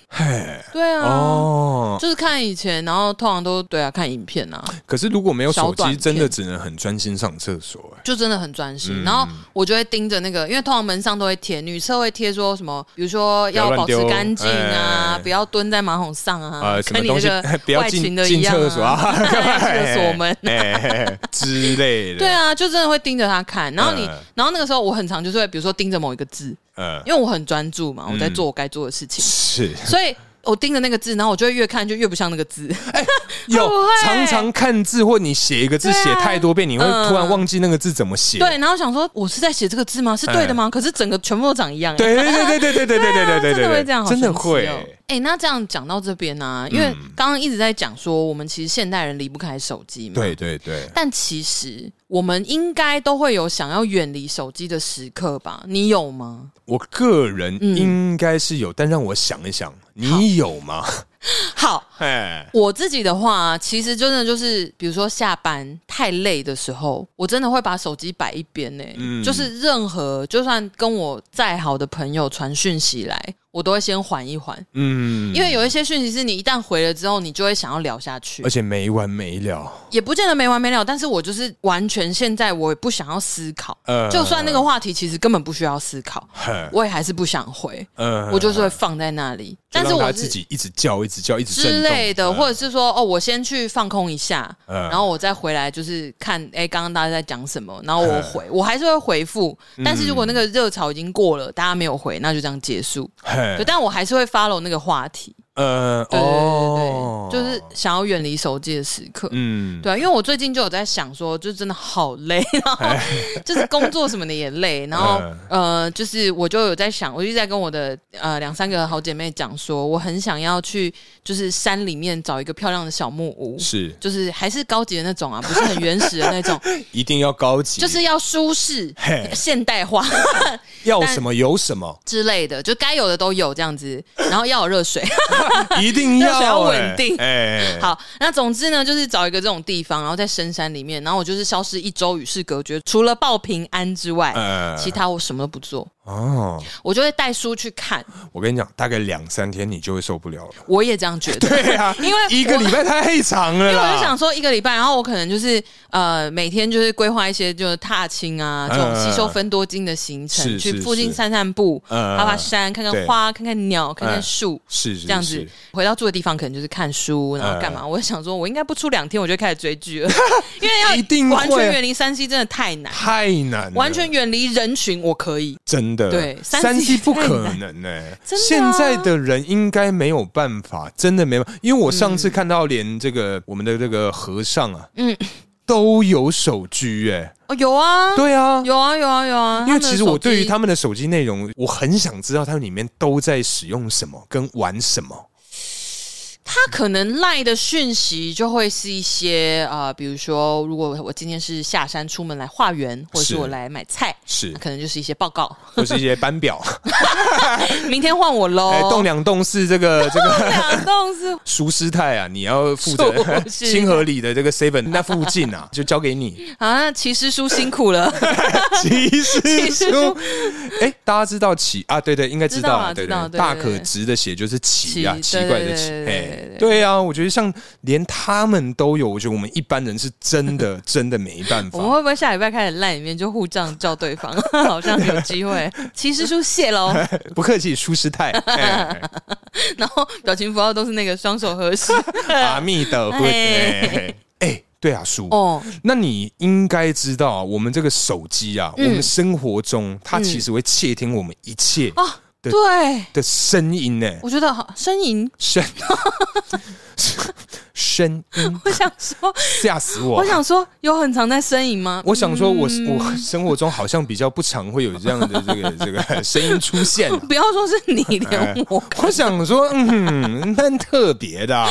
Speaker 2: 对啊，
Speaker 1: 哦。
Speaker 2: 就是看以前，然后通常都对啊看影片啊，
Speaker 1: 可是如果没有手
Speaker 2: 小短
Speaker 1: 机，
Speaker 2: 片
Speaker 1: 真的只能很专心上厕所、哎
Speaker 2: 就真的很专心。然后我就会盯着那个，因为通常门上都会贴，女厕会贴说什么，比如说
Speaker 1: 不要
Speaker 2: 要
Speaker 1: 乱
Speaker 2: 保持
Speaker 1: 丢
Speaker 2: 干净
Speaker 1: 哎哎哎
Speaker 2: 啊，不要蹲在马桶上啊
Speaker 1: 呃，，什么
Speaker 2: 跟你
Speaker 1: 东
Speaker 2: 那
Speaker 1: 西 不
Speaker 2: 个
Speaker 1: 要
Speaker 2: 外勤
Speaker 1: 进
Speaker 2: 的一
Speaker 1: 进
Speaker 2: 样
Speaker 1: 厕所啊，。
Speaker 2: 厕所 门啊
Speaker 1: 哎哎哎之类的。
Speaker 2: 对，啊，就真的会盯着他看，然后你
Speaker 1: 嗯，
Speaker 2: 然后那个时候我很常就是会，比如说盯着某一个字，
Speaker 1: 呃，
Speaker 2: 因为我很专注嘛，我在
Speaker 1: 嗯
Speaker 2: 做我该做的事情，
Speaker 1: 是
Speaker 2: 所以我盯着那个字，然后我就会越看就越不像那个 字。
Speaker 1: 有
Speaker 2: 会
Speaker 1: 常常看字或你写一个字
Speaker 2: 对啊
Speaker 1: 写太多遍，你会
Speaker 2: 嗯
Speaker 1: 突然忘记那个字怎么写。
Speaker 2: 对，然后想说我是在写这个字吗？是对的吗？可是整个全部都长一样、欸。
Speaker 1: 哎对对对对对对对对对对对
Speaker 2: 真的
Speaker 1: 对，
Speaker 2: 会这样，好
Speaker 1: 真的
Speaker 2: 神奇
Speaker 1: 会。嗯
Speaker 2: 哦哎、那这样讲到这边呢、啊，因为刚刚一直在讲说，我们其实现代人离不开手机嘛。
Speaker 1: 对。对对，
Speaker 2: 但其实我们应该都会有想要远离手机的时刻吧？你有吗？
Speaker 1: 我个人
Speaker 2: 嗯
Speaker 1: 应该是有，但让我想一想，你有吗？
Speaker 2: 好，
Speaker 1: 哎，
Speaker 2: 我自己的话，其实真的就是，比如说下班太累的时候，我真的会把手机摆一边呢、
Speaker 1: 嗯
Speaker 2: 就是任何，就算跟我再好的朋友传讯息来，我都会先缓一缓，
Speaker 1: 嗯，
Speaker 2: 因为有一些讯息是你一旦回了之后，你就会想要聊下去
Speaker 1: 而，且没完没了，
Speaker 2: 也不见得没完没了。但是我就是完全现在我也不想要思考，
Speaker 1: 呃
Speaker 2: 就算那个话题其实根本不需要思考，
Speaker 1: 嘿
Speaker 2: 我也还是不想回，
Speaker 1: 呃
Speaker 2: 我就是会放在那里。
Speaker 1: 就
Speaker 2: 但是
Speaker 1: 让
Speaker 2: 我
Speaker 1: 他
Speaker 2: 是
Speaker 1: 自己一直叫，一直叫，一直震
Speaker 2: 之
Speaker 1: 动
Speaker 2: 类的，
Speaker 1: 呃
Speaker 2: 或者是说哦，我先去放空一下，
Speaker 1: 嗯
Speaker 2: 然后我再回来，就是看哎，刚刚大家在讲什么，然后
Speaker 1: 嗯
Speaker 2: 我回，我还是会回复。但是如果那个热潮已经过了，大家没有回，那就这样结束。对，
Speaker 1: 嘿
Speaker 2: 但我还是会 follow 那个话题。
Speaker 1: 呃
Speaker 2: 对对
Speaker 1: 哦，
Speaker 2: 对对，就是想要远离手机的时刻。
Speaker 1: 嗯，
Speaker 2: 对啊，因为我最近就有在想说，就真的好累， 然后
Speaker 1: 哎
Speaker 2: 就是工作什么的也累，然后
Speaker 1: 嗯
Speaker 2: 呃，就是我就有在想，我一直在跟我的呃两三个好姐妹讲说，我很想要去就是山里面找一个漂亮的小木屋，
Speaker 1: 是
Speaker 2: 就是还是高级的那种啊，不是很原始的那 种，
Speaker 1: 一定要高级，
Speaker 2: 就是要舒适
Speaker 1: 嘿、
Speaker 2: 现代 化
Speaker 1: 要什么有什么，
Speaker 2: 之类的，就该有的都有这样子，然后要有热水。
Speaker 1: 一定
Speaker 2: 要想要
Speaker 1: 哎
Speaker 2: 稳定
Speaker 1: 哎，
Speaker 2: 好，那总之呢，就是找一个这种地方，然后在深山里面，然后我就是消失一周与世隔绝，除了报平安之外，
Speaker 1: 呃
Speaker 2: 其他我什么都不做，
Speaker 1: 哦，
Speaker 2: 我就会带书去看。
Speaker 1: 我跟你讲，大概两三天你就会受不了了。
Speaker 2: 我也这样觉得，
Speaker 1: 对啊，
Speaker 2: 因为
Speaker 1: 一个
Speaker 2: 我
Speaker 1: 礼拜太长了
Speaker 2: 因为
Speaker 1: 啦。
Speaker 2: 我就想说一个礼拜，然后我可能就是呃每天就是规划一些就是踏青啊这种吸收分多精的行
Speaker 1: 嗯
Speaker 2: 程，
Speaker 1: 是是
Speaker 2: 去附近
Speaker 1: 是
Speaker 2: 散散步，
Speaker 1: 嗯
Speaker 2: 爬爬山，看
Speaker 1: 对
Speaker 2: 看花，看看鸟，看看
Speaker 1: 嗯
Speaker 2: 树。
Speaker 1: 是是
Speaker 2: 这样子
Speaker 1: 是，嗯
Speaker 2: 回到住的地方可能就是看书，然后干嘛？我想说，我应该不出两天我就开始追剧 了，因为要
Speaker 1: 一定会嗯
Speaker 2: 完全远离山西真的太难，
Speaker 1: 太难了，
Speaker 2: 完全远离人群我可以。
Speaker 1: 真的
Speaker 2: 对三 C
Speaker 1: 三 C 不
Speaker 2: 太
Speaker 1: 可
Speaker 2: 难
Speaker 1: 能呢、
Speaker 2: 真的
Speaker 1: 现
Speaker 2: 啊
Speaker 1: 在的人应该没有办法，真的没办法，因为我上次看到连这个、我们的这个和尚啊，嗯
Speaker 2: 嗯，
Speaker 1: 都有手机哎、
Speaker 2: 哦，有啊，
Speaker 1: 对啊。
Speaker 2: 有啊，有啊，有啊。
Speaker 1: 因为
Speaker 2: 他们的
Speaker 1: 其实我对于
Speaker 2: 手机
Speaker 1: 他们的手机内容，我很想知道他们里面都在使用什么跟玩什么。
Speaker 2: 他可能赖的讯息就会是一些啊、呃比如说，如果我今天是下山出门来化缘，或者
Speaker 1: 是
Speaker 2: 是我来买菜，
Speaker 1: 是
Speaker 2: 那，可能就是一些报告。
Speaker 1: 或是一些班表，
Speaker 2: 明天换我喽。
Speaker 1: 哎、栋梁栋是这个 这个
Speaker 2: 两栋是
Speaker 1: 舒师太啊，你要负 责
Speaker 2: 舒适
Speaker 1: 清河里的这个 seven 那附近 啊，就交给你。
Speaker 2: 啊，骑师叔辛 苦了。
Speaker 1: 骑士
Speaker 2: 骑
Speaker 1: 书
Speaker 2: 士，
Speaker 1: 哎、大家知道骑啊？对对，应该知道啊，
Speaker 2: 知道啊
Speaker 1: 对
Speaker 2: 知
Speaker 1: 对，
Speaker 2: 道对
Speaker 1: 大
Speaker 2: 对
Speaker 1: 可直的写就是骑啊，
Speaker 2: 骑
Speaker 1: 奇怪的
Speaker 2: 对对
Speaker 1: 骑，
Speaker 2: 对
Speaker 1: 哎
Speaker 2: 对，
Speaker 1: 对啊，我觉得像连他们都有，我觉得我们一般人是真 的真的没办
Speaker 2: 我们
Speaker 1: 法。
Speaker 2: 会不会下礼拜开始烂里面就互账叫对方？ 好像有机会。骑师叔 谢喽，
Speaker 1: 不客气，舒师太，哎
Speaker 2: 然后表情符号都是那个双手合十。
Speaker 1: 阿弥陀佛，哎
Speaker 2: 哎
Speaker 1: 哎，对啊，叔。
Speaker 2: 哦，
Speaker 1: 那你应该知道啊，我们这个手机
Speaker 2: 嗯
Speaker 1: 啊，我们生活中它其实会窃听我们一切
Speaker 2: 哦对，
Speaker 1: 的声音呢、
Speaker 2: 我觉得好呻吟
Speaker 1: 声声音，
Speaker 2: 我想说，
Speaker 1: 吓死我！
Speaker 2: 我想嗯说，有很常在呻吟吗？
Speaker 1: 我想说我，我生活中好像比较不常会有这样的这个这个声音出现。 啊
Speaker 2: 不要说是 你，
Speaker 1: 哎
Speaker 2: 连我，
Speaker 1: 我想说，嗯，蛮特别的啊、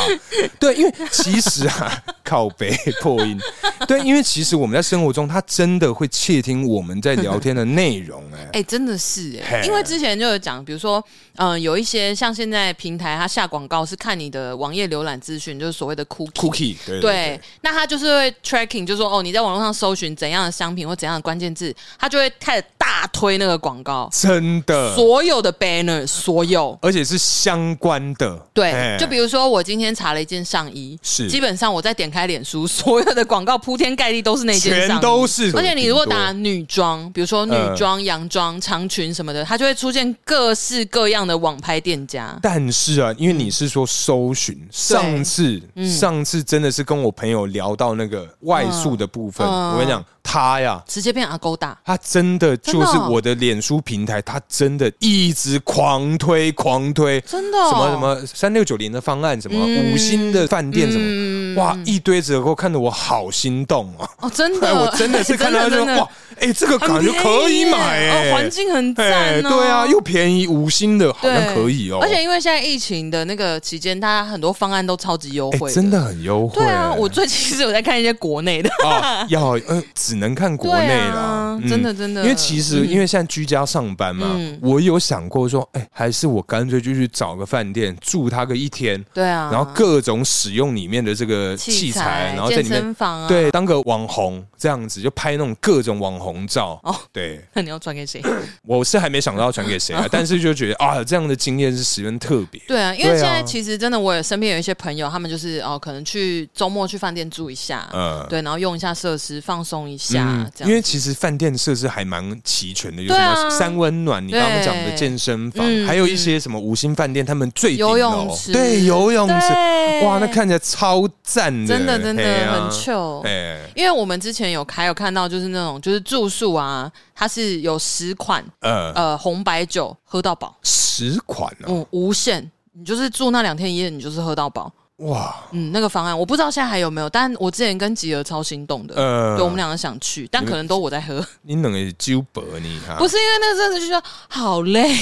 Speaker 1: 对，因为其实啊，靠背破音，对，因为其实我们在生活中，他真的会窃听我们在聊天的内容、哎，
Speaker 2: 哎、真的是哎、
Speaker 1: 嘿
Speaker 2: 因为之前就有讲，比如说，嗯、有一些像现在平台，它下广告是看你的网页浏览资讯，就是所谓的 cookie。
Speaker 1: cookie，对对
Speaker 2: 对，那它就是会 tracking，就说哦，你在网络上搜寻怎样的商品或怎样的关键字，它就会开始大推那个广告，
Speaker 1: 真的，
Speaker 2: 所有的 banner，所有。
Speaker 1: 而且是相关的，
Speaker 2: 对
Speaker 1: 哎，
Speaker 2: 就比如说我今天查了一件上衣，
Speaker 1: 是
Speaker 2: 基本上我在点开脸书，所有的广告铺天盖地都是那件上衣，
Speaker 1: 全都是嗯
Speaker 2: 而且你如果打
Speaker 1: 顶
Speaker 2: 女装，比如说女装、洋装、长裙什么的，它就会出现各式各样的网拍店家。
Speaker 1: 但是啊，因为你是说搜寻，上次、
Speaker 2: 嗯
Speaker 1: 上次真的是跟我朋友聊到那个外宿的部分，
Speaker 2: 嗯
Speaker 1: 我跟你讲，他呀。
Speaker 2: 直接变阿勾大，
Speaker 1: 他真的就是
Speaker 2: 真的哦
Speaker 1: 我的脸书平台，他真的一直狂推狂推，
Speaker 2: 真的哦嗯
Speaker 1: 什么什么三六九零的方案，什么五星的饭店，什么哇一堆折扣，看得我好心动 哦！
Speaker 2: 哦，真
Speaker 1: 哎，
Speaker 2: 的，
Speaker 1: 我真的是看到就
Speaker 2: 真的真的
Speaker 1: 哇，哎，这个感
Speaker 2: 很
Speaker 1: 觉可以买
Speaker 2: 便宜耶哦，环
Speaker 1: 哎，
Speaker 2: 境很
Speaker 1: 哎，
Speaker 2: 赞哦，
Speaker 1: 对啊，又便宜，五星的好
Speaker 2: 对
Speaker 1: 像可以哦，
Speaker 2: 而且因为现在疫情的那个期间，大家很多方案都超级优惠，
Speaker 1: 哎真。的很优惠
Speaker 2: 对
Speaker 1: 哎，
Speaker 2: 啊，我最近其实有在看一些国内的，
Speaker 1: 啊，要呃，只能看国内
Speaker 2: 对
Speaker 1: 啦
Speaker 2: 啊，
Speaker 1: 嗯
Speaker 2: 真的嗯真的
Speaker 1: 因为其实因为现在居家上班嘛，我有想过说，哎，还是我干脆就去找个饭店住他个一天，
Speaker 2: 对啊，
Speaker 1: 然后各种使用里面的这个器
Speaker 2: 器
Speaker 1: 材，然后在
Speaker 2: 健
Speaker 1: 里面
Speaker 2: 身房啊，
Speaker 1: 对当个网红这样子，就拍那种各种网红照。
Speaker 2: 哦
Speaker 1: 对，
Speaker 2: 那你要 转给谁？
Speaker 1: 我是还没想到要传给谁 啊，但是就觉得啊，这样的经验是十分特别。
Speaker 2: 对啊，因为
Speaker 1: 对啊
Speaker 2: 现在其实真的，我也身边有一些朋友，他们就是哦，可能去周末去饭店住一下，
Speaker 1: 嗯
Speaker 2: 对，然后用一下设施放松一下，这
Speaker 1: 因
Speaker 2: 样。
Speaker 1: 为其实饭店设施还蛮齐全的，有
Speaker 2: 对
Speaker 1: 什
Speaker 2: 啊
Speaker 1: 么三温暖，你刚刚讲的健身房，
Speaker 2: 嗯
Speaker 1: 还有一些什么五星饭店，他们最顶哦
Speaker 2: 游
Speaker 1: 楼
Speaker 2: 泳池
Speaker 1: 对游泳池，
Speaker 2: 对
Speaker 1: 哇，那看起来超赞的，
Speaker 2: 真的真的
Speaker 1: 嘿啊
Speaker 2: 很 chill。
Speaker 1: 哎，
Speaker 2: 因为我们之前有还有看到，就是那种就是住宿啊，它是有十款
Speaker 1: 呃，
Speaker 2: 呃红白酒喝到饱，
Speaker 1: 十款哦，
Speaker 2: 嗯，无限，你就是住那两天一夜，你就是喝到饱，
Speaker 1: 哇，
Speaker 2: 嗯，那个方案我不知道现在还有没有，但我之前跟吉儿超心动的，
Speaker 1: 呃啊
Speaker 2: 对，我们两个想去，但可能都我在喝，
Speaker 1: 你冷个纠薄你哈，
Speaker 2: 不是因为那阵子就觉得好累，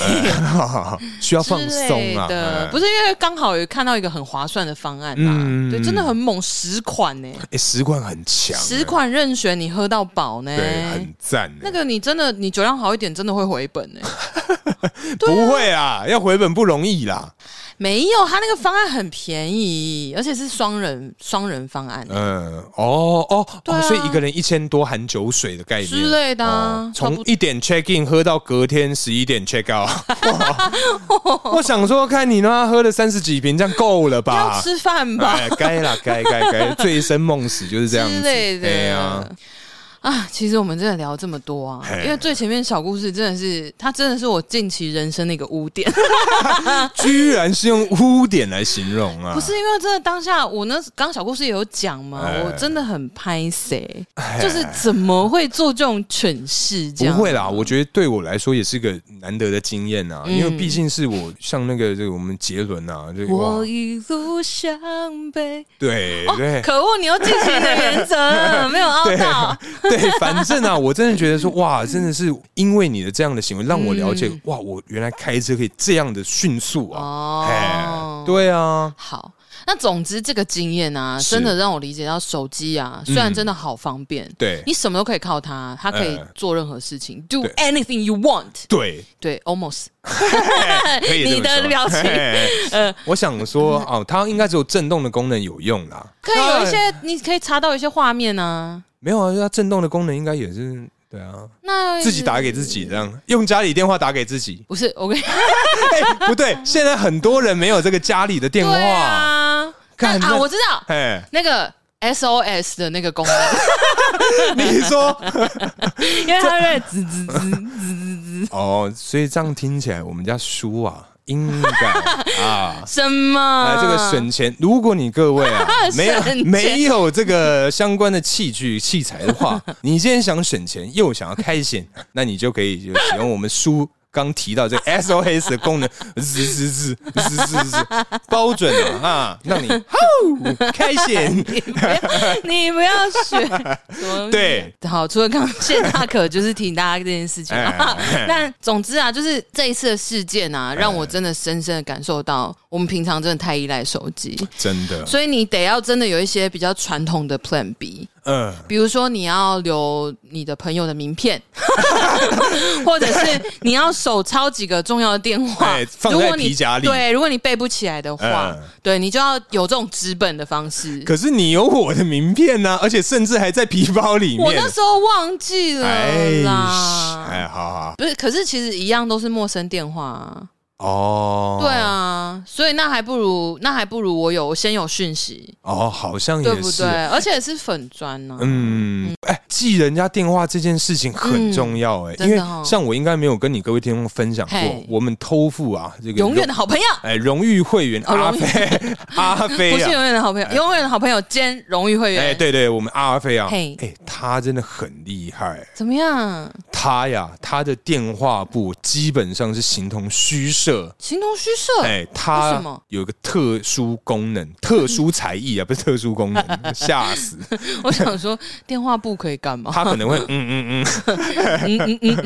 Speaker 1: 需要呃放
Speaker 2: 之类
Speaker 1: 松啊，
Speaker 2: 的，
Speaker 1: 哎
Speaker 2: 不是因为刚好有看到一个很划算的方案
Speaker 1: 嗯
Speaker 2: 啊，对，真的很猛，十款呢，
Speaker 1: 哎，十款很强，
Speaker 2: 十款任选你喝到饱呢
Speaker 1: 哎，对，很赞，哎
Speaker 2: 那个你真的你酒量好一点，真的会回本 呢。
Speaker 1: 不会啊，要回本不容易啦，
Speaker 2: 没有，他那个方案很便宜，而且是双人双人方案
Speaker 1: 嗯，哦哦
Speaker 2: 对
Speaker 1: 哦，
Speaker 2: 啊
Speaker 1: 所以一个人一千多含酒水的概念
Speaker 2: 之类的啊
Speaker 1: 哦，
Speaker 2: 差
Speaker 1: 从
Speaker 2: 不多
Speaker 1: 一点 check in 喝到隔天十一点 check out。哇我想说，看你那喝了三十几瓶，这样够了
Speaker 2: 要
Speaker 1: 吧？
Speaker 2: 吃饭吧
Speaker 1: 哎，该啦，该该该，醉生梦死就是这样
Speaker 2: 之
Speaker 1: 子。
Speaker 2: 类的。
Speaker 1: 哎呀，
Speaker 2: 啊，其实我们真的聊这么多啊，因为最前面小故事真的是，它真的是我近期人生的一个污 点。
Speaker 1: 居然是用污点来形容啊！
Speaker 2: 不是因为真的当下，我那刚小故事也有讲嘛，
Speaker 1: 哎
Speaker 2: 我真的很拍谁，就是怎么会做这种蠢事？这样
Speaker 1: 不会啦，我觉得对我来说也是个难得的经验啊，因为
Speaker 2: 嗯
Speaker 1: 毕竟是我像那个这个我们杰伦啊，这个哇
Speaker 2: 我一路向北。
Speaker 1: 对
Speaker 2: 哦
Speaker 1: 对，，
Speaker 2: 可恶！你又进行你的 原则，没有凹到。
Speaker 1: 对，啊反正啊，我真的觉得说，哇，真的是因为你的这样的行为，让我了
Speaker 2: 嗯
Speaker 1: 解，哇，我原来开车可以这样的迅速啊，哎
Speaker 2: 哦，
Speaker 1: 对啊，
Speaker 2: 好，那总之这个经验啊，
Speaker 1: 是嗯
Speaker 2: 真的让我理解到手机啊，虽然真的好方便，
Speaker 1: 对
Speaker 2: 你什么都可以靠它，它可以
Speaker 1: 呃
Speaker 2: 做任何事情、d o
Speaker 1: 对
Speaker 2: anything you want。
Speaker 1: 对，
Speaker 2: 对，almost
Speaker 1: 可以这么
Speaker 2: 你的
Speaker 1: 说
Speaker 2: 表情
Speaker 1: 嘿
Speaker 2: 呃
Speaker 1: 我想说，哦，它应该只有震动的功能有用啦，
Speaker 2: 可以有
Speaker 1: 哎
Speaker 2: 一些，你可以查到一些画面啊。
Speaker 1: 没有啊，它震动的功能应该也是对啊，
Speaker 2: 那，
Speaker 1: 自己打给自己这样，用家里电话打给自己
Speaker 2: 不是我跟你
Speaker 1: 哎，不对，现在很多人没有这个家里的电
Speaker 2: 对
Speaker 1: 话，
Speaker 2: 啊，
Speaker 1: 干
Speaker 2: 那
Speaker 1: 那
Speaker 2: 啊，我知道
Speaker 1: 哎，
Speaker 2: 那个 SOS 的那个功能，
Speaker 1: 你说。
Speaker 2: 因为它在 滋滋滋，
Speaker 1: 哦，所以这样听起来，我们家叔啊，应该 啊。
Speaker 2: 什么？
Speaker 1: 哎，这个 省钱，如果你各位啊没有
Speaker 2: 省钱
Speaker 1: 没有这个相关的器具器 材的话，你今天想省钱又想要开心，那你就可以就使用我们叔刚提到这个 SOS 的功能，是是是是是是， 包准了啊，让你吼开 心。
Speaker 2: 你不要学，什么
Speaker 1: 对，
Speaker 2: 好，除了刚刚谢大可，就是提醒大家这件事情
Speaker 1: 哎哎
Speaker 2: 啊。 那总之啊，就是这一次的事件啊，让我真的深深的感受到，我们平常真的太依赖手机，
Speaker 1: 真的，
Speaker 2: 所以你得要真的有一些比较传统的 Plan B。
Speaker 1: 嗯，
Speaker 2: 比如说，你要留你的朋友的名 片， 或者是你要手抄几个重要的电话
Speaker 1: 哎，放在
Speaker 2: 如果你
Speaker 1: 皮夹里
Speaker 2: 对，如果你背不起来的话，
Speaker 1: 嗯
Speaker 2: 对你就要有这种纸本的方式。
Speaker 1: 可是你有我的名片呢、而且甚至还在皮包里面。
Speaker 2: 我那时候忘记了
Speaker 1: 哎
Speaker 2: 啦。
Speaker 1: 哎，好好
Speaker 2: 不是，可是其实一样都是陌生电话、啊，
Speaker 1: 哦，
Speaker 2: 对，啊，所以那还不如那还不如我有我先有讯息，
Speaker 1: 哦，好像
Speaker 2: 对
Speaker 1: 也
Speaker 2: 不
Speaker 1: 是，
Speaker 2: 对？而且是粉砖啊呢、
Speaker 1: 嗯，哎、记人家电话这件事情很重要哎、
Speaker 2: 嗯
Speaker 1: 因
Speaker 2: 真
Speaker 1: 为
Speaker 2: 的哦
Speaker 1: 像我应该没有跟你各位听众分享过
Speaker 2: 嘿，
Speaker 1: 我们偷付啊，这个
Speaker 2: 永远的好朋友，
Speaker 1: 哎荣誉会员
Speaker 2: 哦
Speaker 1: 阿
Speaker 2: 荣誉
Speaker 1: 飞阿
Speaker 2: 不
Speaker 1: 飞
Speaker 2: 是
Speaker 1: 啊。
Speaker 2: 永远的好朋友，永远的好朋友兼荣誉会员，
Speaker 1: 哎、对对，我们阿飞啊，
Speaker 2: 嘿
Speaker 1: 哎、他真的很厉害。
Speaker 2: 怎么样？
Speaker 1: 他呀，他的电话簿基本上是形同虚设。
Speaker 2: 形同虚设，
Speaker 1: 哎、
Speaker 2: 为
Speaker 1: 他
Speaker 2: 什么
Speaker 1: 有一个特殊功能、特殊才艺啊，不是特殊功 能，吓死！
Speaker 2: 我想说电话簿可以干嘛？
Speaker 1: 他可能会嗯嗯嗯，
Speaker 2: 哦嗯嗯嗯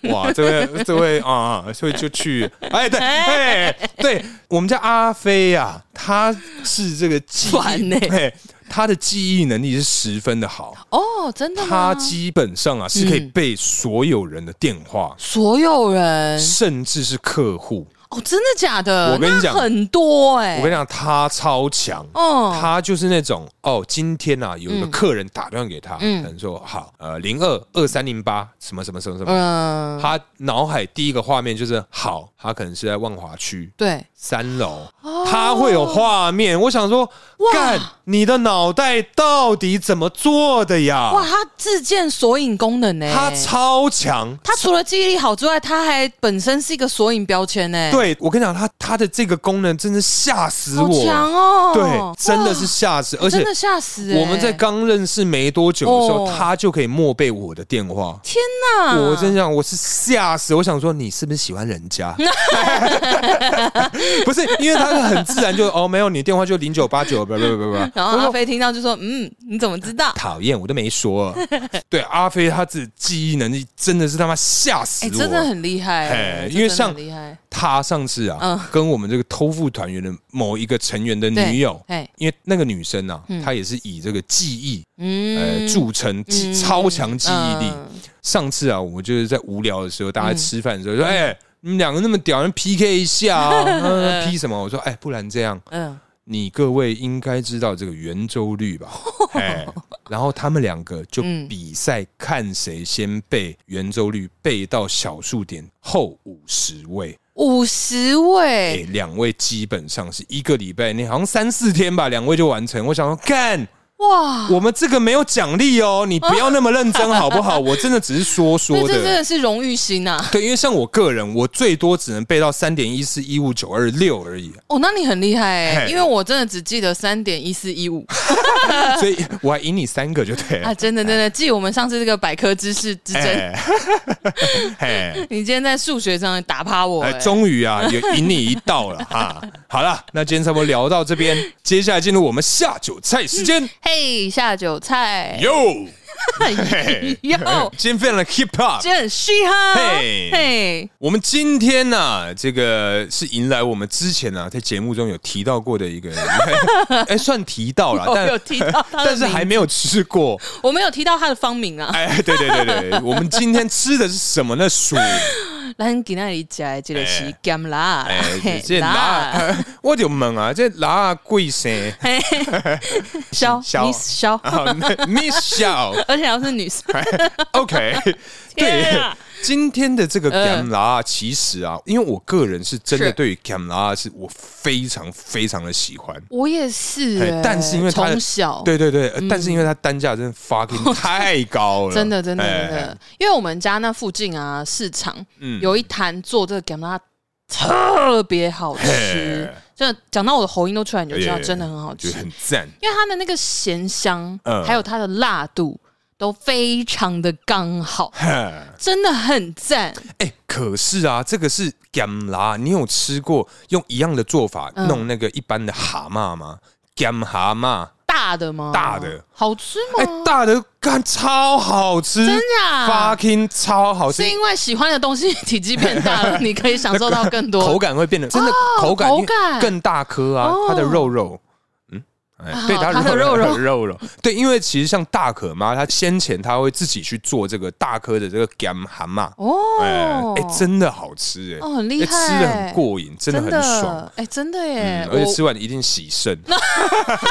Speaker 2: 嗯，
Speaker 1: 哇，这位这位啊，所以就 去，哎，对，哎，对，我们家阿飞啊，他是这个记
Speaker 2: 烦
Speaker 1: 忆，
Speaker 2: 欸
Speaker 1: 哎他的记忆能力是十分的好，
Speaker 2: 哦，真的
Speaker 1: 他
Speaker 2: 吗？
Speaker 1: 基本上啊是可以
Speaker 2: 嗯
Speaker 1: 背所有人的电话，
Speaker 2: 所有人
Speaker 1: 甚至是客户。
Speaker 2: 哦，真的假的？
Speaker 1: 我跟你讲
Speaker 2: 那很多哎、
Speaker 1: 我跟你讲，他超强。
Speaker 2: 哦，
Speaker 1: 他就是那种哦，今天啊有一个客人打电话给他，
Speaker 2: 嗯
Speaker 1: 可能说好呃零二二三零八什么什么什么什么，
Speaker 2: 嗯，
Speaker 1: 他脑海第一个画面就是好，他可能是在万华区，
Speaker 2: 对，
Speaker 1: 三楼，
Speaker 2: 哦
Speaker 1: 它会有画面。我想说，干，你的脑袋到底怎么做的呀？
Speaker 2: 哇，他自建索引功能呢、
Speaker 1: 它超强。
Speaker 2: 他除了记忆力好之外，他还本身是一个索引标签呢、，哎
Speaker 1: 对我跟你讲，它它的这个功能真是吓死
Speaker 2: 好
Speaker 1: 我，
Speaker 2: 强哦！
Speaker 1: 对，真的是
Speaker 2: 哇，
Speaker 1: 吓死，而且
Speaker 2: 真的吓死、欸！
Speaker 1: 我们在刚认识没多久的时候，
Speaker 2: 哦
Speaker 1: 他就可以默背我的电话。
Speaker 2: 天哪，
Speaker 1: 我真想，我是吓死！我想说，你是不是喜欢人 家？不是，因为他是很自然就哦，没有你电话就零九八九，不不不不不。
Speaker 2: 然后阿飞听到就说：“嗯，你怎么知道？”
Speaker 1: 讨厌，我都没 说。对，阿飞他自己记忆能力真的是他妈吓死
Speaker 2: 哎、
Speaker 1: 我！
Speaker 2: 真的很厉害、
Speaker 1: 哎
Speaker 2: 这
Speaker 1: 因为
Speaker 2: 真的
Speaker 1: 像
Speaker 2: 很厉害
Speaker 1: 他上次啊，
Speaker 2: 嗯
Speaker 1: 跟我们这个偷富团员的某一个成员的
Speaker 2: 对
Speaker 1: 女友，
Speaker 2: 哎，
Speaker 1: 因为那个女生啊，她也是以这个记忆
Speaker 2: 嗯
Speaker 1: 呃，著称，记
Speaker 2: 嗯
Speaker 1: 超强记忆力。
Speaker 2: 嗯
Speaker 1: 上次啊，我们就是在无聊的时候，大家吃饭的时候说，哎。你们两个那么屌，人 PK 一下啊？嗯 P 什么？我说，哎，不然这样，
Speaker 2: 嗯，
Speaker 1: 你各位应该知道这个圆周率吧？哎，然后他们两个就
Speaker 2: 嗯
Speaker 1: 比赛看谁先背圆周率，背到小数点后五十位。
Speaker 2: 五十
Speaker 1: 哎
Speaker 2: 位，，
Speaker 1: 两位基本上是一个礼拜内，好像三四天吧，两位就完成。我想说，干，
Speaker 2: 哇！
Speaker 1: 我们这个没有奖励哦，你不要那么认真好不好？我真的只是说
Speaker 2: 那
Speaker 1: 说
Speaker 2: 这真
Speaker 1: 的。
Speaker 2: 的是荣誉心呐、啊！
Speaker 1: 对，因为像我个人，我最多只能背到三点一四一五九二六而已，
Speaker 2: 哦，那你很厉害哎、
Speaker 1: 嘿
Speaker 2: 因为我真的只记得三点一四一五
Speaker 1: 啊所 以我还赢你三个就对了
Speaker 2: 啊，。真的真的记我们上次这个百科知识之争，
Speaker 1: 哎， 哎，
Speaker 2: 你今天在数学上打趴我、
Speaker 1: 哎
Speaker 2: 哎，
Speaker 1: 终于啊，也赢你一道了啊！好了，那今天差不多聊到这边，接下来进入我们下酒菜时间。
Speaker 2: 嘿下酒菜，
Speaker 1: 哟，
Speaker 2: 嘿哟，
Speaker 1: 今天非常的 hip hop，
Speaker 2: 哎这很嘻哈，
Speaker 1: 嘿
Speaker 2: 嘿，
Speaker 1: 我们今天呢、这个是迎来我们之前呢、啊、在节目中有提到过的一个， 哎、算提到了，
Speaker 2: 我 有
Speaker 1: 但
Speaker 2: 提到他的
Speaker 1: 但是还
Speaker 2: 名，
Speaker 1: 没有吃过。
Speaker 2: 我没有提到他的芳名啊，
Speaker 1: 哎， 对对对对，我们今天吃的是什么呢？ 哎鼠，
Speaker 2: 咱今仔日食的这个是咸辣，
Speaker 1: 哎
Speaker 2: 嘿，
Speaker 1: 这辣， 我就问啊，这辣贵谁？
Speaker 2: 消
Speaker 1: 消
Speaker 2: 你消，
Speaker 1: 啊， 你笑
Speaker 2: 而且要是 女生，
Speaker 1: ，OK，对
Speaker 2: 天啊。
Speaker 1: 今天的这个
Speaker 2: 呃
Speaker 1: gam 拉，其实啊，因为我个人是真的
Speaker 2: 是
Speaker 1: 对于 gam 拉是我非常非常的喜欢，
Speaker 2: 我也是
Speaker 1: 哎
Speaker 2: 欸，
Speaker 1: 但是因为它的
Speaker 2: 从小嗯哦
Speaker 1: 对对对，呃但是因为它单价真的 fucking 太高了，
Speaker 2: 真的真的
Speaker 1: 哎
Speaker 2: 真的，因为我们家那附近啊市场
Speaker 1: 嗯
Speaker 2: 有一摊做这个咸辣，特别好吃
Speaker 1: 嘿，
Speaker 2: 真的讲到我的喉音都出来，你就知道
Speaker 1: 哎
Speaker 2: 真的很好吃
Speaker 1: 就，很赞。
Speaker 2: 因为它的那个咸香
Speaker 1: 嗯，
Speaker 2: 还有它的辣度。都非常的刚好，
Speaker 1: 嘿
Speaker 2: 真的很赞。
Speaker 1: 哎、可是啊，这个是干啦，你有吃过用一样的做法
Speaker 2: 嗯
Speaker 1: 弄那个一般的蛤蟆吗？干蛤蟆，
Speaker 2: 大的吗？
Speaker 1: 大的，
Speaker 2: 好吃
Speaker 1: 哎、
Speaker 2: 吗？
Speaker 1: 大的干超好吃，
Speaker 2: 真的啊、
Speaker 1: fucking 超好吃
Speaker 2: 是，因为喜欢的东西体积变大 了，你可以享受到更多
Speaker 1: 口感会变得真的口感
Speaker 2: 哦口
Speaker 1: 因为
Speaker 2: 感
Speaker 1: 更大颗啊
Speaker 2: 哦，
Speaker 1: 它的肉肉。嗯，哎
Speaker 2: 啊
Speaker 1: 对，
Speaker 2: 它的
Speaker 1: 的肉
Speaker 2: 肉肉
Speaker 1: 肉肉，对，因为其实像大可妈，她先前她会自己去做这个大颗的这个干蛤蟆，哎
Speaker 2: 哦，
Speaker 1: 哎，真的好吃哎，
Speaker 2: 哦，很厉害，
Speaker 1: 哎吃的很过瘾，真的
Speaker 2: 真
Speaker 1: 很爽，
Speaker 2: 哎，真的耶
Speaker 1: 嗯，而 且吃完一定洗肾，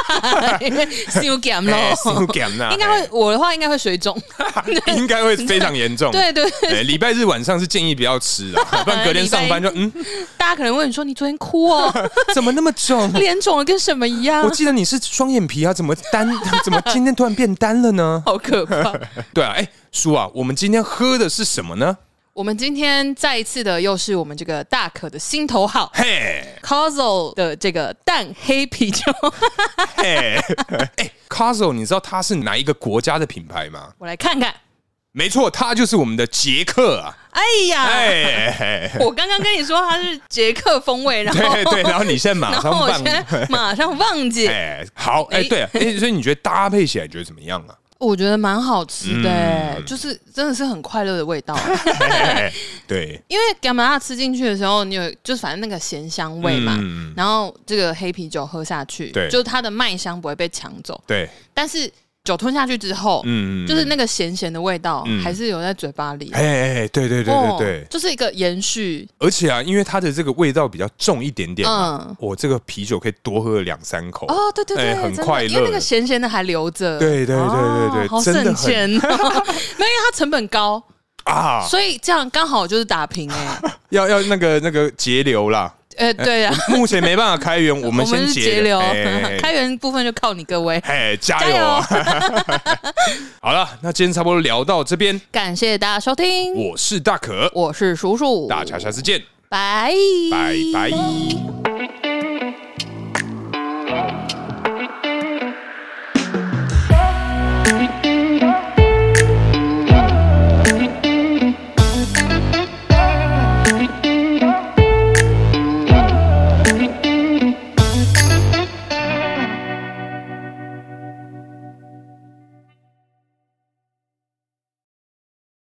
Speaker 1: 哎
Speaker 2: 我修减咯，
Speaker 1: 心甘呐
Speaker 2: 哦应该会我的话应该会水 肿，
Speaker 1: 哎应该会非常严重。
Speaker 2: 对对，
Speaker 1: 哎，礼拜日晚上是建议不要吃 啊，不然隔天上班就嗯，
Speaker 2: 大家可能问你说你昨天哭哦，
Speaker 1: 怎么那么 重？
Speaker 2: 脸肿的跟什么一样
Speaker 1: 我，记得你是双眼皮啊，怎么单？怎么今天突然变单了呢？
Speaker 2: 好可怕。
Speaker 1: 对啊，哎、叔啊，我们今天喝的是什么呢？
Speaker 2: 我们今天再一次的又是我们这个大可的心头好
Speaker 1: 嘿，
Speaker 2: c o s o 的这个淡黑啤酒，
Speaker 1: 嘿，哎 c a s o 你知道它是哪一个国家的品牌吗？
Speaker 2: 我来看看。
Speaker 1: 没错，它就是我们的捷克啊！
Speaker 2: 哎呀，
Speaker 1: 哎、嘿
Speaker 2: 我刚刚跟你说它是捷克风味，然后
Speaker 1: 对对，然后你现在马
Speaker 2: 然
Speaker 1: 上
Speaker 2: 后我
Speaker 1: 放
Speaker 2: 现，在马上忘记，
Speaker 1: 哎、好，哎、
Speaker 2: 哎
Speaker 1: 对、 啊，哎、所以你觉得搭配起来觉得怎么样啊？
Speaker 2: 我觉得蛮好吃的、
Speaker 1: 嗯
Speaker 2: 就是真的是很快乐的味道。
Speaker 1: 嘿嘿对，
Speaker 2: 因为干玛拉吃进去的时候，你有就是反正那个咸香味嘛，
Speaker 1: 嗯
Speaker 2: 然后这个黑啤酒喝下去，
Speaker 1: 对
Speaker 2: 就是它的麦香不会被抢走，
Speaker 1: 对，
Speaker 2: 但是酒吞下去之后，
Speaker 1: 嗯
Speaker 2: 就是，那个咸咸的味道、
Speaker 1: 嗯
Speaker 2: 还是有在嘴巴里。
Speaker 1: 哎哎、嘿对对对对对、
Speaker 2: 哦就是一个延续，
Speaker 1: 而且啊，因为它的这个味道比较重一点点嘛，
Speaker 2: 嗯。
Speaker 1: 我、这个啤酒可以多喝两三口。
Speaker 2: 哦，对对对，
Speaker 1: 哎很
Speaker 2: 真的
Speaker 1: 快乐
Speaker 2: 因为那个咸咸的还留着。
Speaker 1: 对对对对对
Speaker 2: 哦好
Speaker 1: 真的很
Speaker 2: 省 钱 哦。没有，因为它成本高，
Speaker 1: 啊，
Speaker 2: 所以这样刚好就是打平哎。
Speaker 1: 要要那个那个节流啦，
Speaker 2: 呃，对啊，
Speaker 1: 目前没办法开 源，我
Speaker 2: 我
Speaker 1: 们先
Speaker 2: 是
Speaker 1: 节
Speaker 2: 节流
Speaker 1: 哎，
Speaker 2: 开源部分就靠你各位。
Speaker 1: 哎，加油啊！ 好了，那今天差不多聊到这边，
Speaker 2: 感谢大家收听，
Speaker 1: 我是大可，
Speaker 2: 我是叔叔，
Speaker 1: 大家下次见，
Speaker 2: 拜
Speaker 1: 拜拜。